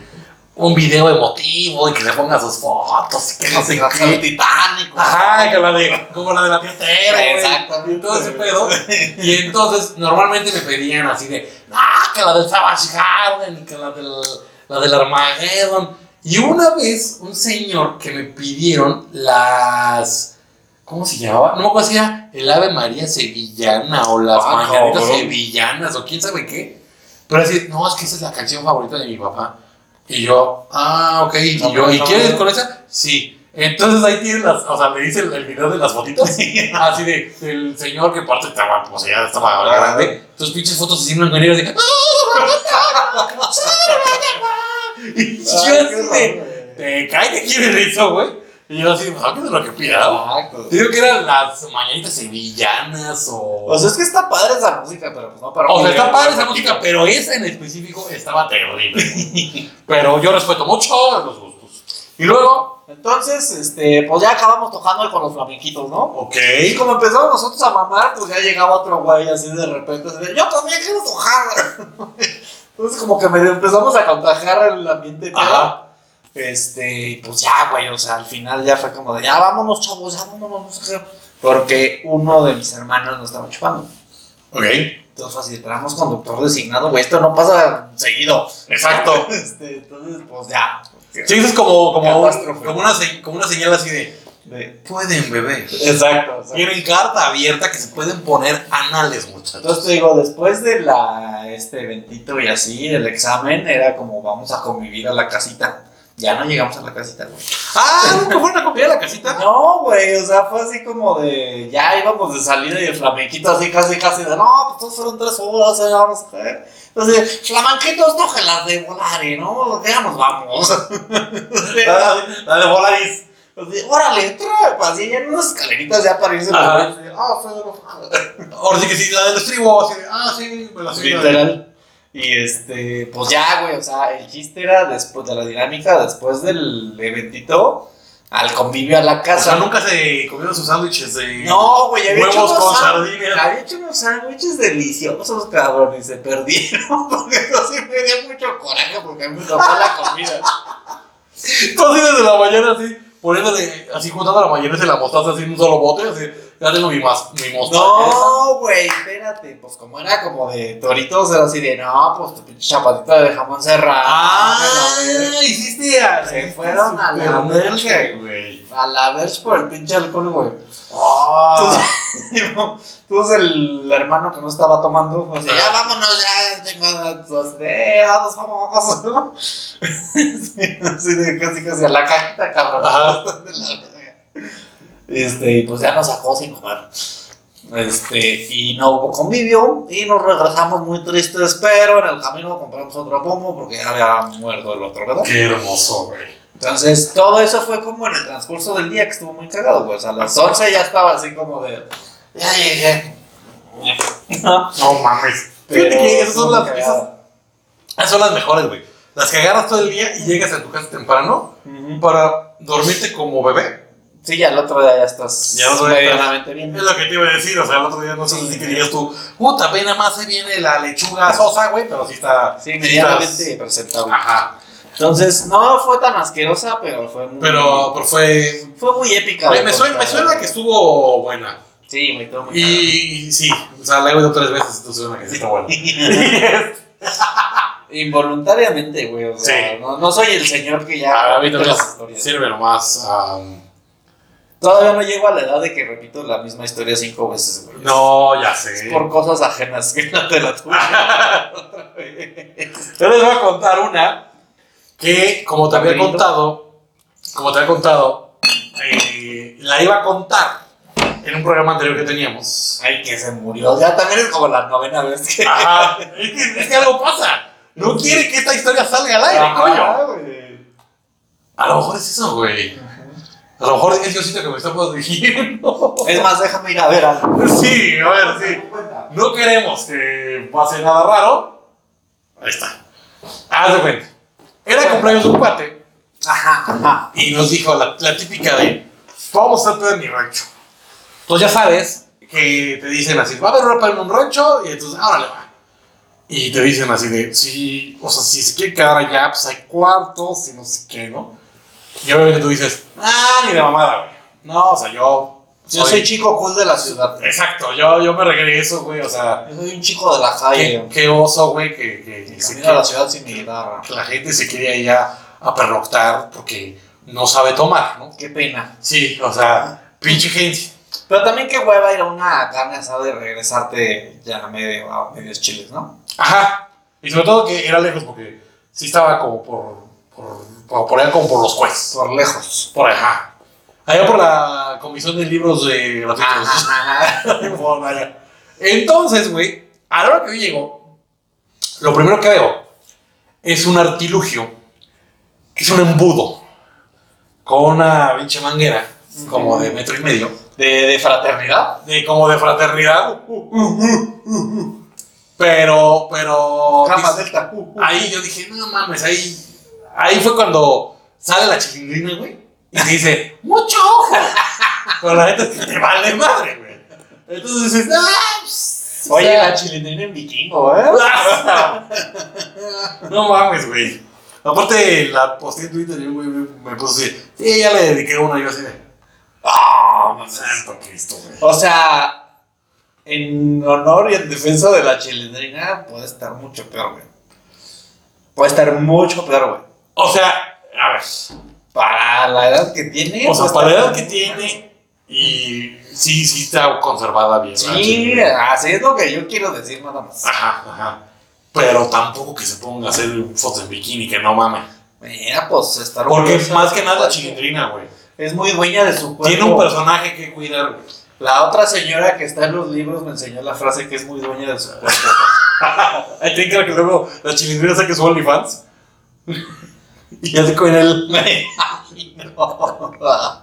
un video emotivo y que le pongas sus fotos y que no sé ujú. El qué. Titanic. Ajá, que la de, como la de la fiestera, güey. Exactamente. Y todo ese pedo. Y entonces, normalmente me pedían así de, ah, que la del Savage Garden, y que la del, la del Armageddon. Y una vez, un señor que me pidieron las, ¿cómo se llamaba? No me acuerdo si era el Ave María Sevillana o las Ah, Mañanitas cabrón. Sevillanas o quién sabe qué. Pero así, no, es que esa es la canción favorita de mi papá. Y yo, ah, ok. Y No, yo, pero ¿y no. quieres con esa? Sí. Entonces ahí tienen las, o sea, le hice el, el video de las fotitos. Así de, el señor que parte estaba, pues ya estaba grande. Tus pinches fotos así blanco y negro, así "Ah, que, Y yo Ay, qué así de, horror, güey. te cae que quieres eso, güey. Y yo así, pues ¿qué es lo que pida? güey? Exacto. Digo que eran las mañanitas sevillanas o. O sea, es que está padre esa música, pero pues no para O un sea, está video padre esa música, romántico. pero esa en específico estaba terrible. pero yo respeto mucho los gustos. Y luego. Entonces, este, pues ya acabamos tocando con los flamenquitos, ¿no? Ok. Y como empezamos nosotros a mamar, pues ya llegaba otro güey así de repente, así de, yo también quiero tocar. Entonces como que medio empezamos a contagiar el ambiente. ¿no? Ajá. Este, y pues ya, güey, o sea, al final ya fue como de, ya vámonos, chavos, ya vámonos, no sé qué". Porque uno de mis hermanos nos estaba chupando. Ok. Entonces fue así, traemos conductor designado, güey, esto no pasa seguido. Exacto. Este, entonces, pues ya. Sí, eso es como, como, un- Catástrofe. como, una, se- como una señal así de. De- Pueden beber. Exacto. exacto. Tienen carta abierta que se pueden poner anales, muchachos. Entonces te digo, después de la, este eventito y así, el examen, era como vamos a convivir a la casita. Ya no llegamos a la casita, güey. Ah, nunca fueron a comer a la casita. No, güey, o sea, fue así como de. Ya íbamos de salida y el flamenquito así, casi, casi de. No, pues todos fueron tres horas, ya vamos a ver. Entonces, flamenquitos, no que las de volar, ¿eh? ¿no? Ya nos vamos. La, la de Volaris. Así, órale, entra, así, ya en unas escaleritas ya para irse. Ajá. Ah, fue. Ahora sí que sí, la del estribo. así de, ah, sí, me la subí. Literal. Y este, pues ya, güey, o sea, el chiste era después de la dinámica, después del eventito, al convivio a la O sea, casa. nunca se comieron sus sándwiches de. No, güey, había hecho, Huevos unos con sánd- sardinas. había hecho unos sándwiches deliciosos, cabrón, y se perdieron. Porque eso sí me dio mucho coraje porque me tocó la comida. Tú así desde la mañana, así, poniéndole, así juntando la mayonesa y la mostaza así en un solo bote, así, ya tengo mi, mas, mi mostaza. No, güey, espérate. Pues como era como de toritos, era así de, no, pues tu pinche chapadita de jamón serrano. Ah, que la verga". hiciste a. Se fueron a la verga, güey. A la vez por el pinche alcohol, güey. Ah, Entonces, entonces el hermano que no estaba tomando, pues ya vámonos, ya tengo dos dedos, vamos. ¿no? Sí, así de casi casi a la cajita, cabrón. Ajá. De la verga. Este, y pues ya nos sacó sin comer. Este, y no hubo convivio, y nos regresamos muy tristes, pero en el camino compramos otro pomo porque ya había muerto el otro, ¿verdad? qué hermoso, güey. Entonces, todo eso fue como en el transcurso del día que estuvo muy cagado, güey. O sea, a las 11 ya estaba así como de. Ya llegué. No mames. Fíjate que esas son las, esas, esas son las mejores, güey. Las que agarras todo el día y llegas a tu casa temprano para dormirte como bebé. Sí, ya el otro día ya estás. Ya el otro día estás- medianamente bien. Es lo que te iba a decir, o sea, el otro día no sé si que digas tú, puta, ve nada más se viene la lechuga sosa, güey, pero sí está. Sí, estás- medianamente presentable. Ajá. Entonces, no fue tan asquerosa, pero fue muy. Pero, pero fue. Fue muy épica. Me, de me suena, me contar. suena que estuvo buena. Sí, muy todo muy cagado. Y sí, o sea, la he oído tres veces, entonces suena que sí está buena. Involuntariamente, güey. O sea, Sí. Ah, no, no soy el señor que ya. A mí cuenta también las historias. sirve nomás. am, Todavía no llego a la edad de que repito la misma historia cinco veces, güey. no, ya sé. Es por cosas ajenas que no te la tuve. Yo les voy a contar una que, como te había Rapidito. contado, como te había contado, eh, la iba a contar en un programa anterior que teníamos. Ay, que se murió. O sea, también es como la novena vez que. Ajá. Es que, es que algo pasa. No quiere que esta historia salga al aire, coño. Ajá, güey. A lo mejor es eso, güey. A lo mejor es Diosito que me está protegiendo. Es más, déjame ir a ver algo. Sí, a ver, sí. No queremos que pase nada raro. Ahí está. Haz de cuenta. Era cumpleaños de un cuate. Ajá, ajá. y nos dijo la, la típica de vamos a hacer pedo en mi rancho. Entonces Pues ya sabes que te dicen así, va a haber una peda en un rancho y entonces ahora le va. Y te dicen así de, sí, o sea, si se quiere quedar allá, pues hay cuartos y no sé qué, ¿no? Y obviamente tú dices, ah, ni de mamada, güey. No, o sea, yo... Yo soy chico cool de la ciudad. Exacto, yo, yo me regreso, güey, o sea, Yo soy un chico de la qué, calle. qué oso, güey, que, que- que El se camino a la quiera- ciudad sin mi guitarra. que la gente se quiere ir a, a pernoctar porque no sabe tomar, ¿no? Qué pena. Sí, o sea, pinche gente. Pero también qué hueva ir a una carne asada y regresarte ya a medio, a medios chiles, ¿no? Ajá. Y sobre todo que era lejos porque sí estaba como por. por, por, por allá como por los jueces. Por lejos. Por allá. Allá por la comisión de libros de gratuitos. Ajá. Por allá. Entonces, güey, a la hora que yo llego, lo primero que veo es un artilugio, que es un embudo, con una pinche manguera, como de metro y medio. ¿De, de fraternidad? de como de fraternidad. Uh, uh, uh, uh, uh. Pero, pero. Gamma dice- Delta. Uh, uh. ahí yo dije, no mames, ahí. Ahí fue cuando sale la chilindrina, güey. Y dice, mucho ojo. pero la neta es que te vale madre, güey. Entonces dices, ah, pues, o Oye, sea, la chilindrina en vikingo, ¿eh? ah, No mames, güey. Aparte, la posté en Twitter y un güey me me puso así. Sí, ya le dediqué una. Yo así de. Ah, mames. Santo Cristo, güey. O sea, en honor y en defensa de la chilindrina, puede estar mucho peor, güey. Puede estar mucho peor, güey. O sea, a ver. Para la edad que tiene. O sea, puede para la estar edad que muy mal. tiene y sí, sí está conservada bien. la Sí, chingada. así es lo que yo quiero decir, nada más. Ajá, ajá. Pero tampoco que se ponga a hacer fotos en bikini, que no mames. Mira, pues estar Porque orgullosa más de que su nada cuerpo. chilindrina, güey. Es muy dueña de su cuerpo. Tiene un personaje que cuidar, güey. La otra señora que está en los libros me enseñó la frase que es muy dueña de su cuerpo. Ahí tiene que ver que luego la chilindrina saque su OnlyFans. y ya se comen el. No.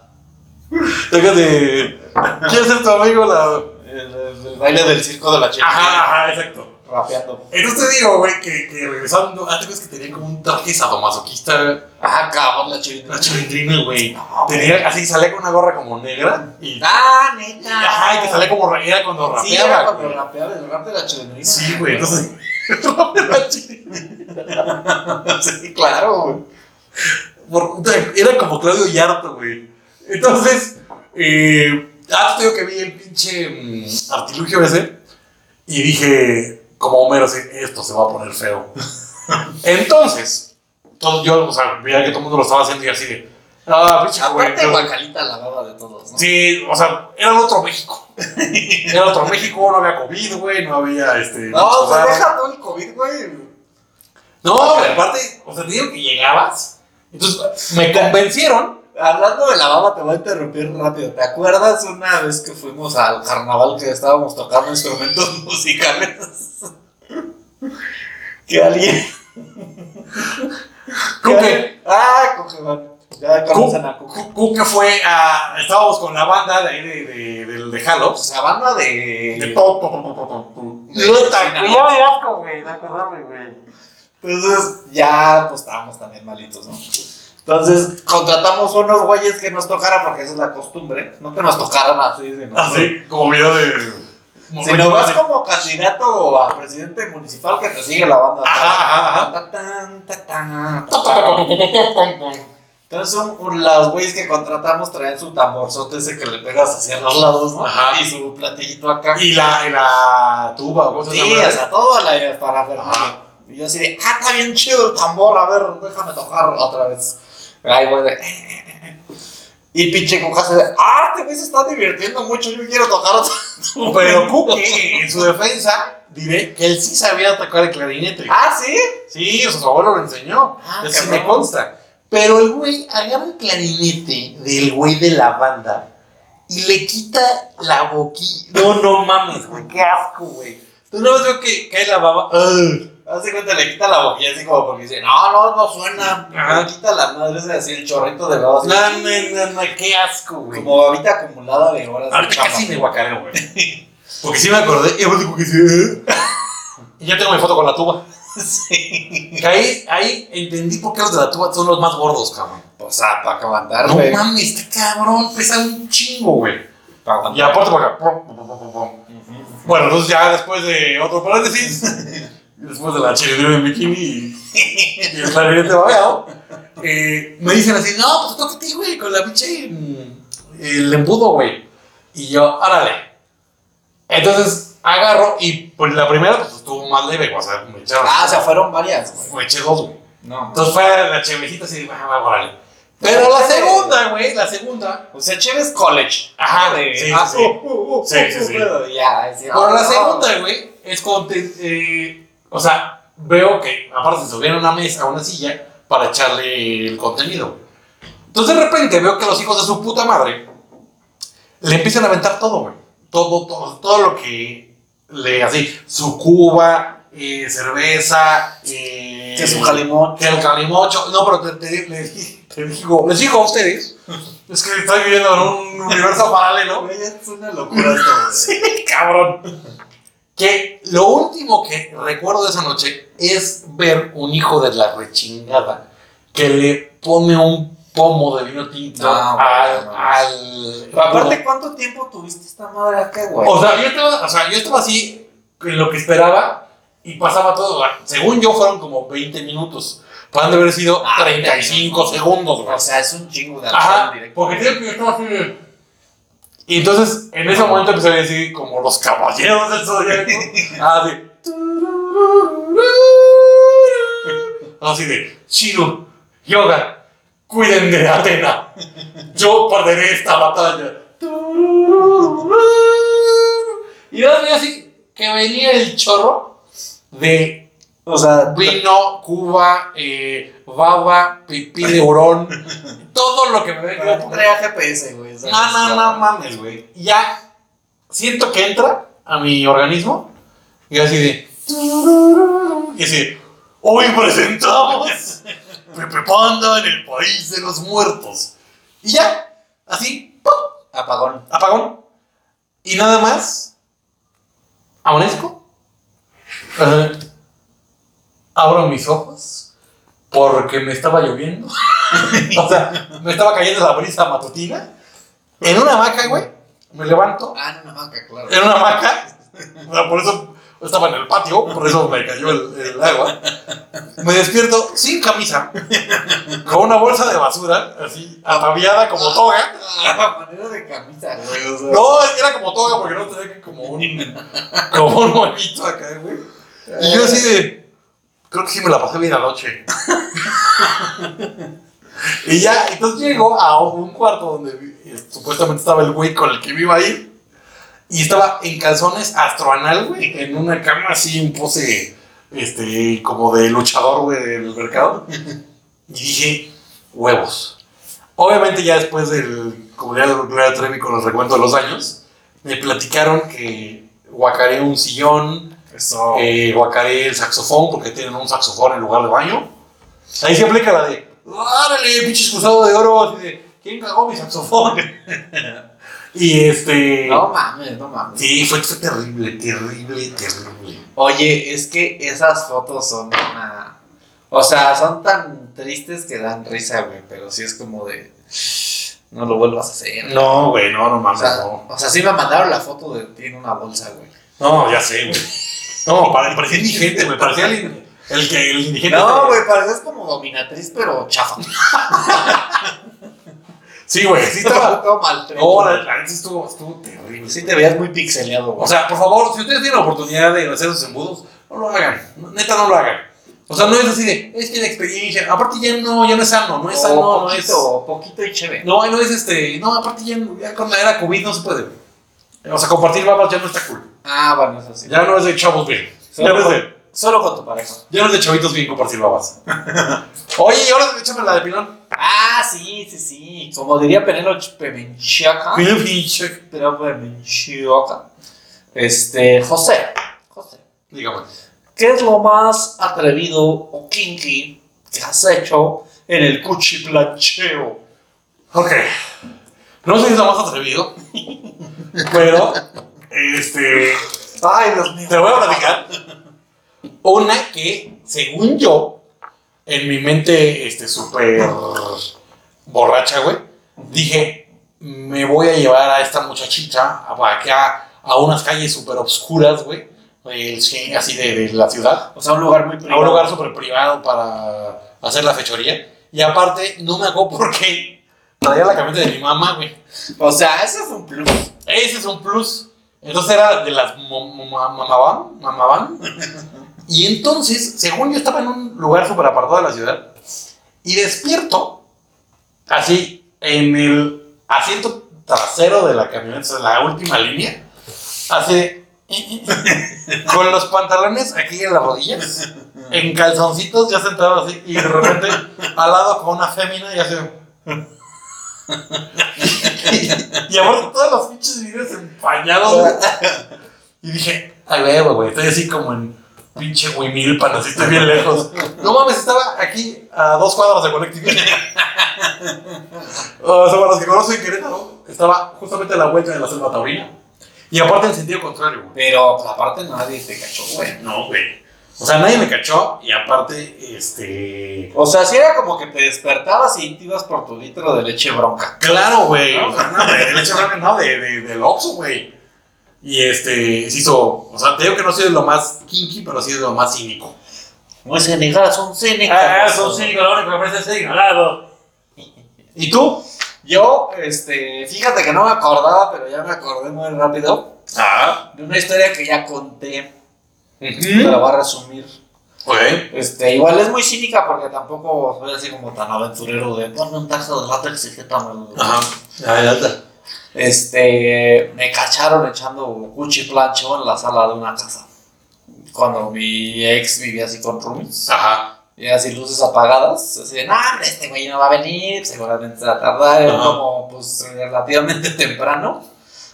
Dejas de. ¿Quieres ser tu amigo? La... El, el- el baile del circo de la chica. Ajá, ajá, exacto. Rapeando. Entonces te digo, güey, que, que regresando. Antes ves que tenía como un traje sadomasoquista. Ah, cabrón, la La chilindrina. chilindrina, güey. Tenía así, salía con una gorra como negra. Y. Ah, neta. Ajá, y que salía como era cuando rapeaba. Sí, era cuando güey. rapeaba el rap de la chilindrina. Sí, güey, entonces. la chilindrina. Sí, claro, güey. Por- Era como Claudio Yarto, güey. Entonces, eh, ah, te digo que vi el pinche mm, artilugio ese y dije, como Homero, así, esto se va a poner feo. Entonces, todo, yo, o sea, veía que todo el mundo lo estaba haciendo y así de, ah, pinche güey. Aparte, pero- Guacalita la baba de todos, ¿no? Sí, o sea, era otro México. Era otro México, no había COVID, güey, no había este. No, muchas pues cosas. deja todo el COVID, güey. No, pero aparte, o sea, te digo que llegabas. Entonces, me convencieron. Hablando de la baba, te voy a interrumpir rápido. ¿Te acuerdas una vez que fuimos al carnaval que estábamos tocando instrumentos musicales? que alguien. ¿Con que- qué? Ah, Cucumán. Ya conocen a Cucumán. Cu- Cuca fue a. Estábamos con la banda de ahí de, de, del de O Halos. sea, banda de. De todo, todo, todo, todo, todo. de No, Sinaloa. no, de asco, güey, de acordarme, güey. Pues Entonces, ya, pues estábamos también malitos, ¿no? Entonces, contratamos unos güeyes que nos tocaran, porque esa es la costumbre, no que nos tocaran así, sino, Así, Ah, como video de. Si no vas como candidato a presidente municipal que te sigue la banda. Ajá, Ta, tan, ta, tan, ta, tan. Entonces un- un- las güeyes que contratamos traen su tamborzote ese que le pegas hacia los lados, ¿no? Ajá. Y su platillito acá. Y la, y la tuba, ¿cómo se sí, llama? o sea, toda la Ajá. parafernalia. Y yo así de, ah, está bien chido el tambor, a ver, déjame tocar otra vez. Ahí voy de... Y pinche cuca se de, ah, este güey se está divirtiendo mucho, yo quiero tocar otra Pero Cuque, en su defensa, diré que él sí sabía tocar el clarinete. Ah, ¿sí? Sí, o sea, su abuelo lo enseñó. Ah, Eso sí cabrón. me consta. Pero el güey agarra el clarinete del güey de la banda y le quita la boquilla. No, no mames, güey. Qué asco, güey. Tú no ves veo que cae la baba. ¡Ugh! Hace cuenta, le quita la boquilla así como porque dice, no, no, no suena. Ajá. Le quita la madre esa así, el chorrito de baba. así, No, no, no, no, qué asco, güey. Como babita acumulada de horas. de Ahorita chamba. casi me guacareo, güey. Porque sí me acordé. Y aparte como que sí, ¿eh? "Ugh". Y ya tengo mi foto con la tuba. Sí. Que Ahí, ahí entendí por qué los de la tuba son los más gordos, cabrón. Pues ah, para aguantar, No güey. mames, este cabrón pesa un chingo, güey. Para aguantar. Y aparte por acá. pum, pum, pum, pum, pum. Ujú. Bueno, entonces ya después de otro paréntesis, después de la chilindrina en bikini y, y el clarinete babeado, eh, me dicen así, no, pues tócate, güey, con la pinche mm, el embudo, güey. Y yo, árale. Entonces agarro y pues la primera pues estuvo más leve, güey, o sea, me echaron. Ah, o sea, fueron varias, güey. Me eché dos, güey. No. Entonces fue la chevecita así, va, va, órale. Pero la segunda, güey, la segunda. O sea, Chévez College. Ajá, De- sí, sí, ah, sí. uh, uh, uh, Sí, sí, uh, sí. pero Ya, sí, Por ah, la no. segunda, güey, es con. te- eh, o sea, veo que aparte se subieron a una mesa, a una silla, para echarle el contenido. Entonces de repente veo que los hijos de su puta madre le empiezan a aventar todo, güey. Todo, todo, todo lo que le así. Su cuba, eh, cerveza, eh, Que es un jalimón. que el calimocho. No, pero te, te- le di- te digo, les digo a ustedes. Es que estoy viviendo en un universo paralelo Güey, es una locura esto, güey. cabrón. Que lo último que recuerdo de esa noche es ver un hijo de la rechingada que le pone un pomo de vino tinto No, güey, al, no. al- Pero Aparte, ¿cuánto tiempo tuviste esta madre acá, güey? O sea, yo estaba, o sea, yo estaba así en lo que esperaba y pasaba todo. güey. Según yo, fueron como 20 minutos. Pueden haber sido Ah, 35 güey. segundos, güey. O sea, es un chingo de Ajá, acción directa. porque creo que yo estaba así de- Y entonces, en ese momento empecé a decir como los caballeros del zodiaco. Ah, así. Así de, Shiro, Yoga, cuiden de Atena. Yo perderé esta batalla. Y yo así que venía el chorro de O sea, Vino, Cuba, eh, baba, pipí de hurón, todo lo que me yo venga. pondría GPS, güey. o sea, No, no, no mames, güey. Ya siento que entra a mi organismo y así de. Y así, hoy presentamos Pepe Panda en el país de los muertos. Y ya, así, ¡pum! Apagón. apagón. Y nada más, amanezco. eh, abro mis ojos porque me estaba lloviendo. o sea, me estaba cayendo la brisa matutina. En una hamaca, güey, me levanto. Ah, no, no, que claro. En una hamaca. o sea, por eso estaba en el patio, por eso me cayó el, el agua. Me despierto sin camisa, con una bolsa de basura, así, ataviada como toga. A manera de camisa, güey. O sea, No, es que era como toga porque no tenía que como un como un huevito acá, güey. Y eh, yo así de creo que sí me la pasé bien anoche. y ya, entonces llego a un cuarto donde eh, supuestamente estaba el güey con el que me iba a ir. Y estaba en calzones astroanal, güey, en una cama así en pose este como de luchador, güey, del mercado. Y dije, huevos. Obviamente ya después del, como ya lo Gloria Trevi con el recuento de los años, me platicaron que guacaré un sillón, Eso. eh, guacaré el saxofón porque tienen un saxofón en lugar de baño. Ahí se aplica la de, ¡árale, pinche excusado de oro! Así de, ¿quién cagó mi saxofón? y este... No mames, no mames. Sí, fue, fue terrible, terrible, terrible. Oye, es que esas fotos son una. O sea, son tan tristes que dan risa, güey. Pero sí es como de. No lo vuelvas a hacer. No, güey, no, no O mames, sea, no. o sea, sí me mandaron la foto de ti en una bolsa, güey. No, ya sé, güey. No, para, parecía indigente, me parecía el, el que el indigente. No, güey, pareces como dominatriz, pero chafa. Sí, güey, sí estaba. Todo maltrato. No, la, la neta estuvo, estuvo terrible. Sí te veías muy pixeleado, güey. O sea, por favor, si ustedes tienen la oportunidad de hacer esos embudos, no lo hagan. No, Neta, no lo hagan. O sea, no es así de, es que la experiencia. Aparte, ya no, ya no es sano, no es sano, O no es. Oh, poquito, poquito y chévere. No, no es este. No, aparte, ya, ya con la era COVID no se puede. O sea, compartir babas ya no está cool. Ah, bueno, eso sí. Ya no es de chavos bien. Ya no Solo es con, de. solo con tu pareja. Ya no es de chavitos bien compartir babas. Oye, y ahora échame la de pilón. Ah, sí, sí, sí. Como diría Penélope Menchaca. Pilón, pinche. Penélope Menchaca. Este, José. José. Dígame. ¿Qué es lo más atrevido o kinky que has hecho en el cuchiplancheo? Ok. No sé si es lo más atrevido, pero este, Ay, Dios mío. te voy a platicar una que, según yo, en mi mente este, súper borracha, güey, dije, me voy a llevar a esta muchachita a, acá, a unas calles súper obscuras, güey, del cien- así de, de la ciudad, O sea, un lugar muy a un lugar súper privado para hacer la fechoría. Y aparte, no me hago porque traía la camioneta de mi mamá, güey. O sea, eso fue un plus. Ese es un plus. Entonces era de las mo- mo- ma- mamaban, mamaban. Y entonces, según yo estaba en un lugar súper apartado de la ciudad, y despierto, así, en el asiento trasero de la camioneta, en la última línea, así, de, con los pantalones aquí en las rodillas, en calzoncitos ya sentado así, y de repente al lado con una fémina y así. Y aparte todos los pinches videos empañados, güey. Y dije, ay, huevo, güey, estoy así como en pinche Huimilpan, así estoy bien lejos. No mames, estaba aquí a dos cuadras de colectividad. o sea, para los que conocen Querétaro, estaba justamente a la vuelta de la selva taurina. Y aparte en sentido contrario, güey. Pero pues, aparte nadie te cachó, güey. No, güey. O sea, nadie me cachó y aparte, este... O sea, si era como que te despertabas y te ibas por tu litro de leche bronca. Claro, güey. O sea, no, de leche blanca, no, de, de, del Oxxo, güey. Y este, se hizo, o sea, te digo que no soy de lo más kinky, pero sí de lo más cínico. Muy cínicas, Ah, son cínicas. Ah, lo único que parece es ignorado. ¿Y tú? Yo, este, fíjate que no me acordaba, pero ya me acordé muy rápido Ah. de una historia que ya conté, te la voy a resumir. Ok. Este, igual es muy cínica porque tampoco soy así como tan aventurero de ponme un taxo de látex y qué tal. Ajá. Adelante. Este, me cacharon echando cuchi plancho en la sala de una casa. cuando mi ex vivía así con roomies. Ajá. Y así luces apagadas, así de, nah, este güey no va a venir, seguramente se va a tardar, es Ajá. como, pues, relativamente temprano.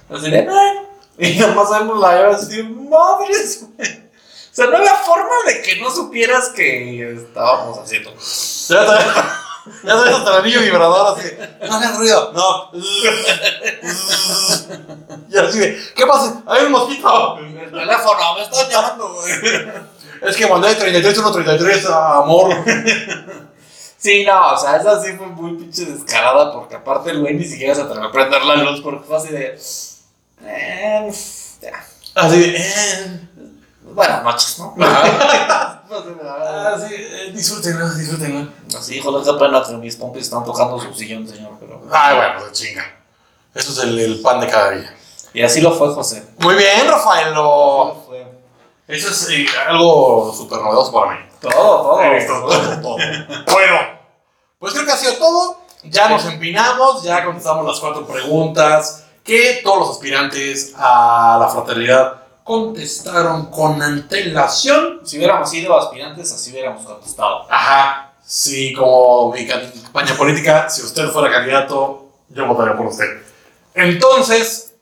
Así de, nah. Y nomás vemos la llave así, madres, güey. O sea, no había forma de que no supieras que estábamos haciendo. Ya sabes, ya sabes hasta el anillo vibrador así. No hagas ruido. No. Y así de, ¿qué pasa? Hay un mosquito. El teléfono, me están llamando, güey. Es que mandé 33133, amor. Sí, no, o sea, esa sí fue muy pinche descarada porque aparte el güey ni siquiera se atrevió a prender la luz porque fue así de... Eh, ya. Así de, eh. Buenas noches, ¿no? Así, eh, disfrútenlo, disfrútenlo. Así, hijo, no se pena que mis pompis están tocando su sillón, señor. Pero... Ay, bueno, pues chinga. Eso es el, el pan de cada día. Y así lo fue, José. Muy bien, Rafaelo. Todo fue. Eso es eh, algo súper novedoso para mí. Todo, todo. Todo, todo. Bueno, pues creo que ha sido todo. Ya nos empinamos, ya contestamos las cuatro preguntas que todos los aspirantes a la fraternidad contestaron con antelación. Si hubiéramos sido aspirantes, así hubiéramos contestado. Ajá, sí, como mi campaña política, si usted fuera candidato, yo votaría por usted. Entonces,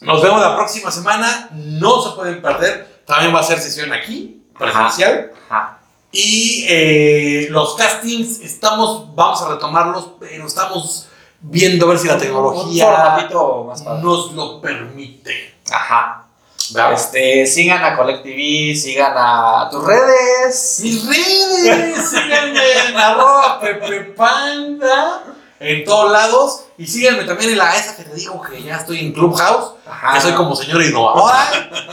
nos vemos la próxima semana. No se pueden perder. También va a ser sesión aquí, presencial. Ajá. Y eh, los castings, estamos, vamos a retomarlos, pero estamos viendo a ver si la Un tecnología formatito más padre. nos lo permite. Ajá. ¿verdad? Este, sigan a Collective, sigan a tus redes. Mis redes, síganme en arroba pepepanda en todos lados. Y síganme también en la esa que te digo que ya estoy en Clubhouse, Ajá. que soy como señora innovadora,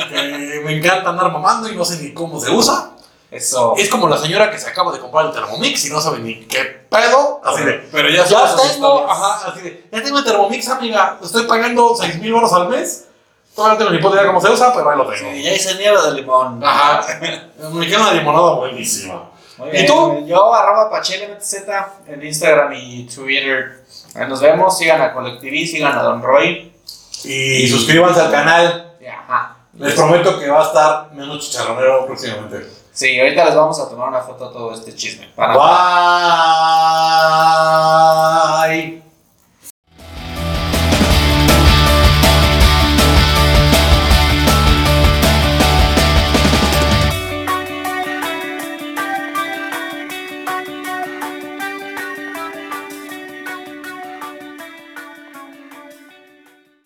que me encanta andar mamando y no sé ni cómo se usa. Eso. Es como la señora que se acaba de comprar el Thermomix y no sabe ni qué pedo. Así de, Pero Ya, subo sus tengo, historias. ajá, así de, ya tengo el Thermomix, amiga. Estoy pagando 6 mil baros al mes. Todavía no tengo ni puta idea cómo se usa, pero ahí lo tengo. Sí, ya hice nieve de limón. Ajá. Me queda una limonada buenísima. Muy ¿Y bien. tú? Yo, arroba PachecoMTZ en Instagram y Twitter. Ahí nos vemos. Sigan a Colectiví, sigan a Don Roy. Y suscríbanse al canal. Y Ajá. Les prometo que va a estar menos chicharronero próximamente. Sí, ahorita les vamos a tomar una foto a todo este chisme. Para Bye.